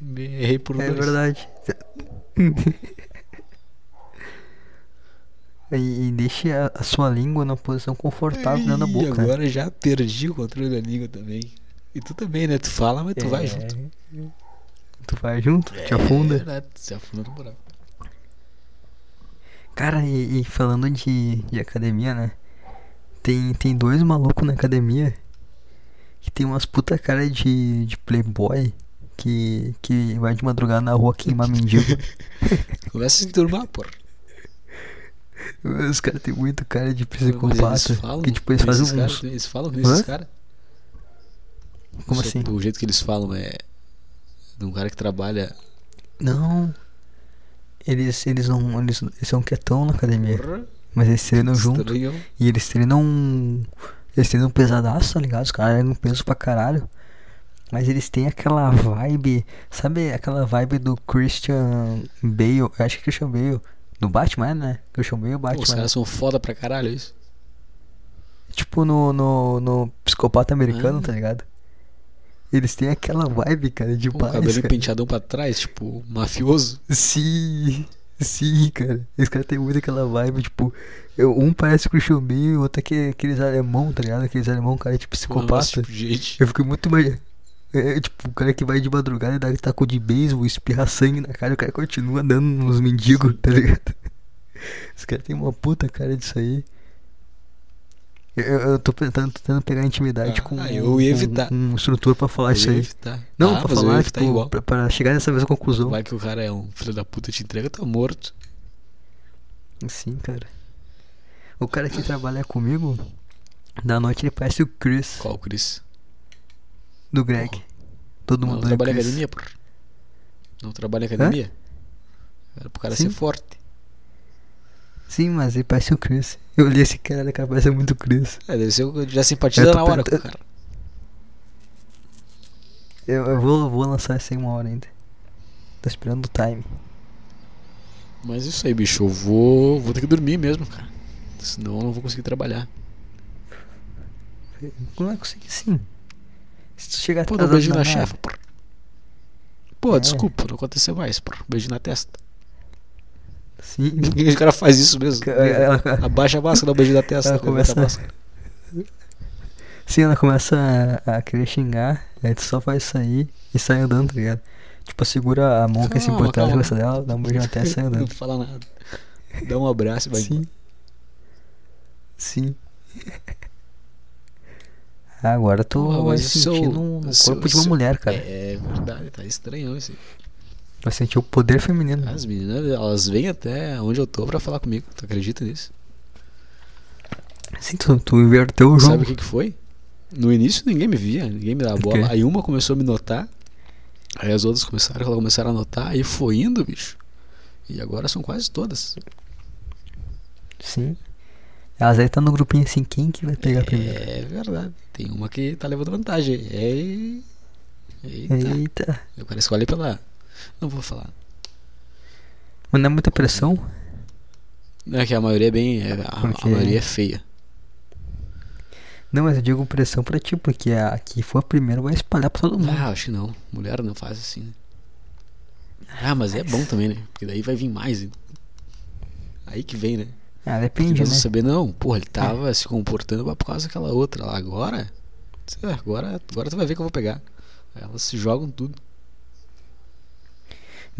S2: Me errei por
S1: É
S2: dois.
S1: verdade. e, e deixe a, a sua língua na posição confortável dentro da
S2: Ih,
S1: é boca. né?
S2: agora já perdi o controle da língua também. E tu também, né? Tu fala, mas tu vai junto.
S1: É. Tu vai junto? Te
S2: É
S1: afunda.
S2: verdade, tu se afunda no buraco.
S1: Cara, e, e falando de, de academia, né? Tem, tem dois malucos na academia que tem umas puta cara de, de playboy que, que vai de madrugada na rua queimar mendigo.
S2: Começa a se turmar, porra.
S1: Os caras têm muito cara de
S2: Mas
S1: psicopata. que tipo, eles
S2: com esses
S1: fazem
S2: caras,
S1: uns.
S2: eles falam com esses
S1: Hã?
S2: caras.
S1: Como
S2: Só
S1: assim?
S2: O jeito que eles falam é de um cara que trabalha.
S1: Não. Eles, eles não. Eles, eles são quietão na academia.
S2: Porra,
S1: Mas eles treinam
S2: tá
S1: junto.
S2: estranho.
S1: E eles treinam. Eles treinam pesadaço, tá ligado? Os caras eram peso pra caralho. Mas eles têm aquela vibe. Sabe aquela vibe do Christian Bale? Eu acho que é Christian Bale. Do Batman, né? Christian Bale
S2: Pô, Os
S1: Batman.
S2: caras são foda pra caralho, é isso.
S1: Tipo no, no, no Psicopata Americano,
S2: Ah.
S1: tá ligado? Eles têm aquela vibe, cara, de
S2: Com o
S1: paz,
S2: cabelo
S1: cara.
S2: penteadão pra trás, tipo, mafioso.
S1: Sim, sim, cara. Esse cara tem muito aquela vibe, tipo, eu- um parece com o Christian Bale, o outro é que- aqueles alemão, tá ligado? Aqueles alemão, cara, tipo
S2: Nossa,
S1: psicopata.
S2: tipo, de gente.
S1: Eu fico muito mais. É, é, tipo, o cara que vai de madrugada e dá taco de beisebol, espirra sangue na cara, e o cara continua dando nos mendigos, tá ligado? Esse cara tem uma puta cara disso aí. Eu, eu- eu tô tentando, tô tentando pegar intimidade
S2: Ah,
S1: com,
S2: eu ia
S1: com-
S2: evitar.
S1: com um instrutor pra falar isso
S2: Eu ia
S1: aí.
S2: evitar.
S1: Não,
S2: ah,
S1: pra
S2: mas eu ia
S1: falar,
S2: evitar
S1: tipo,
S2: igual.
S1: pra, pra chegar nessa mesma conclusão.
S2: Vai que o cara é um filho da puta, te entrega, tá morto.
S1: Sim, cara. O cara que trabalha comigo, da noite ele parece o Chris,
S2: Qual, Cris?
S1: do Greg. Todo
S2: Não,
S1: mundo é o
S2: trabalha em
S1: Chris.
S2: academia, porra. Não trabalha em academia? Era pro cara
S1: Sim.
S2: ser forte.
S1: Sim, mas ele parece o Chris. Eu olhei esse cara, ele cara parece muito o Chris.
S2: É, deve ser o já simpatiza
S1: Eu tô
S2: na hora com o
S1: perguntando-
S2: cara.
S1: Eu, eu vou, vou lançar essa aí uma hora ainda. Tô esperando o time.
S2: Mas isso aí, bicho, eu vou, vou ter que dormir mesmo, cara. Senão eu não vou conseguir trabalhar.
S1: Como é que consegui sim? Se tu chegar
S2: Pô, dá um
S1: atrasado
S2: beijinho na
S1: nave-
S2: chefa, pô. Pô,
S1: É.
S2: desculpa, não aconteceu mais, pô. Beijinho na testa.
S1: Sim.
S2: O cara faz isso mesmo.
S1: é, Ela,
S2: Abaixa a máscara, dá um beijinho na testa.
S1: Ela
S2: levanta a
S1: começa-
S2: máscara.
S1: sim, ela começa a, a querer xingar, aí tu só faz isso aí e sai andando, tá ligado? Tipo, segura a mão que é assim
S2: Calma,
S1: por trás da
S2: Ah, calma.
S1: cabeça dela, dá um beijo na testa e sai andando.
S2: Não fala nada. Dá um abraço e vai
S1: Sim. Sim. Ah, Agora eu
S2: Ah,
S1: tô
S2: mas isso é o-
S1: sentindo um no
S2: isso-
S1: corpo de uma
S2: isso-
S1: mulher, cara.
S2: É verdade, tá estranhão isso. aí.
S1: Eu senti o poder feminino.
S2: As meninas, elas vêm até onde eu tô pra falar comigo. Tu acredita nisso?
S1: Sim, tu, tu inverteu o
S2: Sabe
S1: jogo.
S2: o que, que foi? No início ninguém me via, ninguém me dava
S1: Ok.
S2: bola. Aí uma começou a me notar. Aí as outras começaram, elas começaram a notar. Aí foi indo, bicho. E agora são quase todas.
S1: Sim. Elas aí tá no grupinho assim, quem que vai pegar primeiro?
S2: É verdade. Tem
S1: É
S2: uma que tá levando vantagem. Ei. Eita.
S1: Eita.
S2: O cara escolhe pela, Não vou falar.
S1: Mas não é muita pressão?
S2: É que a maioria é bem. é- a, a
S1: Porque-
S2: maioria é feia.
S1: Não, mas eu digo pressão pra ti, porque a que for a primeira vai espalhar pra todo mundo.
S2: Ah, acho que não. Mulher não faz assim, né? Ah, mas é bom também, né? Porque daí vai vir mais. né? Aí que vem, né?
S1: Ah,
S2: Porque
S1: depende,
S2: nós
S1: né?
S2: vamos saber, não, porra, ele tava se comportando por causa daquela outra lá. Agora. sei lá, Agora, agora tu vai ver que eu vou pegar. Aí Elas se jogam tudo.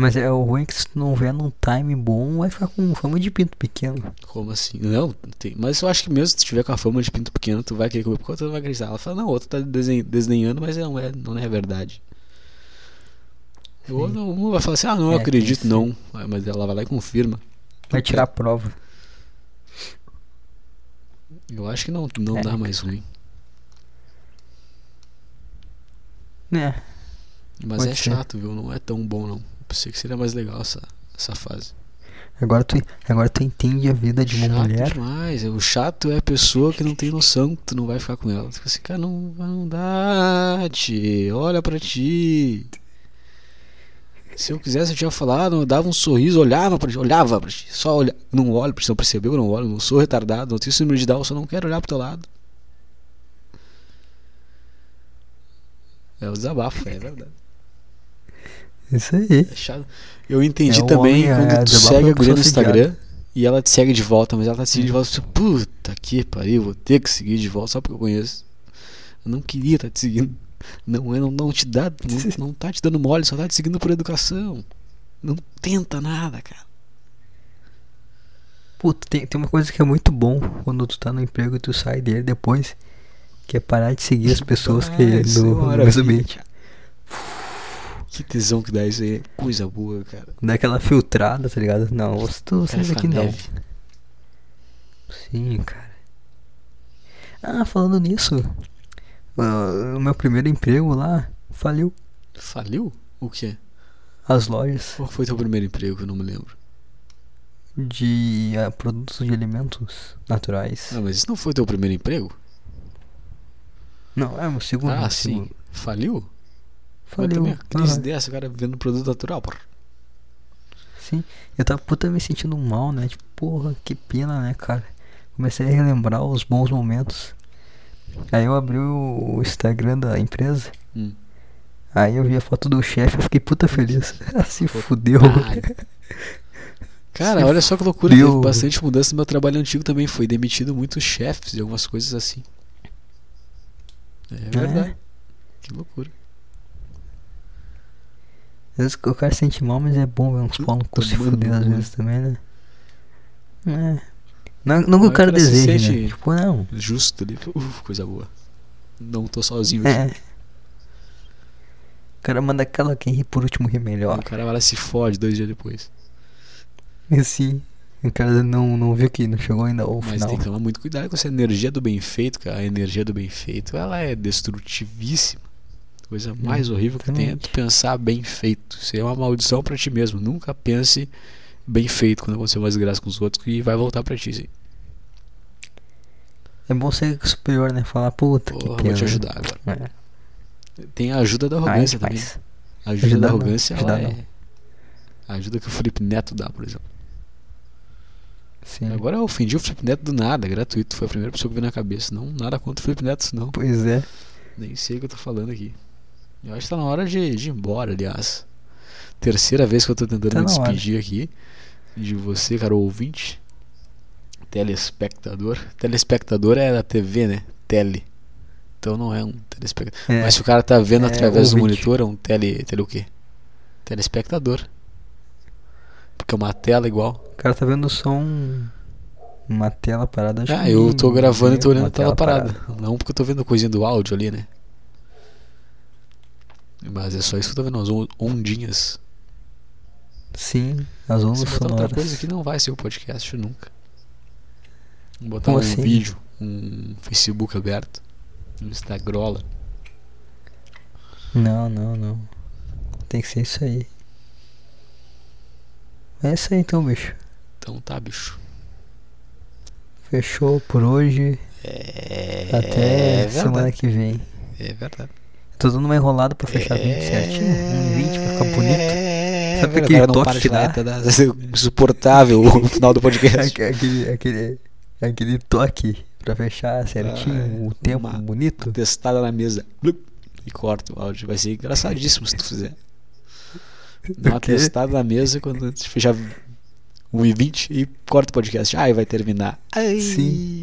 S1: Mas é o ruim é que se tu não vier num time bom, vai ficar com fama de pinto pequeno.
S2: Como assim? Não, tem. Mas eu acho que mesmo se tu tiver com a fama de pinto pequeno, tu vai querer comer porque tu não vai acreditar. Ela fala, não, o outro tá desen- desdenhando, mas não é, não é verdade. O outro um vai falar assim, ah,
S1: É,
S2: não, eu
S1: tem
S2: acredito,
S1: esse-
S2: não. Ah, Mas ela vai lá e confirma.
S1: Vai tirar a prova.
S2: Eu acho que não, não
S1: É.
S2: dá mais ruim.
S1: Né?
S2: Mas
S1: Pode
S2: é
S1: ser.
S2: chato, viu? Não é tão bom, não. Eu pensei que seria mais legal essa, essa fase.
S1: Agora tu, agora tu entende a vida de uma
S2: chato
S1: mulher.
S2: demais. O chato é a pessoa que não tem noção que tu não vai ficar com ela. Tu fica assim, cara, não, não dá, ti. Olha pra ti. Se eu quisesse, eu tinha falado, eu dava um sorriso, olhava pra ti, olhava pra ti. Só olha, não olho pra ti, não percebeu, eu não olho, não sou retardado, não tenho síndrome de Down, só não quero olhar pro teu lado. É o desabafo, é verdade.
S1: Isso aí.
S2: É chato. Eu entendi
S1: É, o
S2: também
S1: homem é
S2: quando tu
S1: desabafo
S2: segue
S1: da
S2: a guria no
S1: pessoa sediada.
S2: Instagram e ela te segue de volta, mas ela tá te seguindo de volta. Tu, Puta que pariu, vou ter que seguir de volta só porque eu conheço. Eu não queria estar te seguindo. Não, é, não, não te dá, não, não tá te dando mole, só tá te seguindo por educação. Não tenta nada, cara.
S1: Puta, tem, tem uma coisa que é muito bom quando tu tá no emprego e tu sai dele depois, que é parar de seguir as pessoas que
S2: Ah, isso é
S1: do,
S2: uma
S1: do
S2: maravilha,
S1: mesmo ambiente.
S2: cara. Que tesão que dá isso aí. Coisa boa, cara.
S1: Dá aquela filtrada, tá ligado? Não, você tu
S2: Cara,
S1: vocês
S2: fica
S1: aqui não.
S2: leve.
S1: Sim, cara. Ah, falando nisso, ah, o meu primeiro emprego lá faliu
S2: Faliu? O quê?
S1: as lojas
S2: Qual foi teu primeiro emprego? Eu não me lembro.
S1: de ah, produtos de alimentos naturais.
S2: Ah, mas isso não foi teu primeiro emprego?
S1: Não, é o segundo.
S2: Ah,
S1: o segundo.
S2: sim. Faliu? Mas
S1: Faliu.
S2: também a crise
S1: Aham.
S2: dessa, o cara vendo produto natural, porra.
S1: Sim, eu tava puta me sentindo mal, né? Tipo, porra, que pena, né, cara? Comecei a relembrar os bons momentos. Aí eu abri o o Instagram da empresa.
S2: Hum.
S1: Aí eu vi a foto do chefe, eu fiquei puta feliz. Ah, Se fudeu.
S2: Otário. Cara,
S1: Se
S2: olha só que loucura, teve
S1: fudeu.
S2: bastante mudança no meu trabalho antigo também. Foi demitido muitos chefes e algumas coisas assim. É verdade. Que loucura.
S1: Às vezes o cara se sente mal, mas é bom ver uns pau no cu se
S2: Tomando
S1: fuder às
S2: cu, né?
S1: vezes também, né? É. Não, não que o
S2: Mas
S1: cara
S2: o cara se
S1: deseje,
S2: sente-
S1: né? Tipo, não.
S2: Justo ali. Uf, coisa boa. Não tô sozinho aqui.
S1: É. O cara manda aquela quem ri por último ri melhor.
S2: O cara vai lá e se fode dois dias depois.
S1: E assim, o cara não, não viu que não chegou ainda ao
S2: Mas
S1: final.
S2: tem que tomar muito cuidado com essa energia do bem feito, cara. A energia do bem feito, ela é destrutivíssima. Coisa mais horrível que tem é tu
S1: Hum, exatamente.
S2: pensar bem feito. Isso é uma maldição pra ti mesmo. Nunca pense bem feito quando acontecer uma desgraça com os outros que vai voltar pra ti. Sim.
S1: É bom ser superior, né? Falar, puta,
S2: Porra,
S1: que
S2: vou
S1: pena.
S2: te ajudar tá agora.
S1: É.
S2: Tem a ajuda da
S1: Aí
S2: arrogância também.
S1: faz.
S2: A ajuda
S1: Ajudar
S2: da
S1: não,
S2: arrogância ela
S1: ajudar
S2: é a ajuda que o Felipe Neto dá, por exemplo.
S1: Sim.
S2: Agora eu ofendi o Felipe Neto do nada, é gratuito. Foi a primeira pessoa que veio na cabeça. Não, nada contra o Felipe Neto, não.
S1: Pois é.
S2: Nem sei o que eu tô falando aqui. Eu acho que tá na hora de, de ir embora, aliás. Terceira vez que eu tô tentando
S1: Tá
S2: me
S1: na hora.
S2: despedir aqui de você, cara, ouvinte. Telespectador. Telespectador é da TV, né? Tele. Então não é um telespectador.
S1: É,
S2: Mas se o cara tá vendo
S1: É,
S2: através do
S1: ouvinte.
S2: monitor, é um tele. Tele o quê? Telespectador. Porque é uma tela igual.
S1: O cara tá vendo só um. Uma tela parada. acho
S2: Ah,
S1: que
S2: eu
S1: nem-
S2: tô gravando e tô
S1: uma
S2: olhando a tela parada. Não porque eu tô vendo a coisinha do áudio ali, né? Mas é só isso que eu tô vendo, as on- ondinhas.
S1: Sim, as
S2: Se
S1: ondas
S2: botar outra coisa
S1: sonoras.
S2: aqui não vai ser o podcast nunca. Vou botar
S1: Como
S2: um
S1: assim?
S2: vídeo, um Facebook aberto, um Instagrola.
S1: Não, não, não. Tem que ser isso aí. É isso aí então, bicho.
S2: Então tá, bicho.
S1: Fechou por hoje. Até
S2: é
S1: semana
S2: verdade.
S1: que vem.
S2: É verdade.
S1: Tô dando uma enrolada né? pra fechar 20 certinho. Um 20 pra ficar bonito.
S2: É... É,
S1: Sabe
S2: velho,
S1: aquele
S2: agora não
S1: toque
S2: para de
S1: final?
S2: falar, tá dando- insuportável o final do podcast.
S1: Aque- aquele, aquele, aquele toque pra fechar certinho o tempo
S2: Ah, uma-
S1: bonito.
S2: testada na mesa. Blup, E corta o áudio. Vai ser engraçadíssimo se tu fizer. Dá uma
S1: quê?
S2: testada na mesa um quando a gente fechar 1h20 e corta o podcast. Ai, vai Ah, terminar. Ai.
S1: Sim.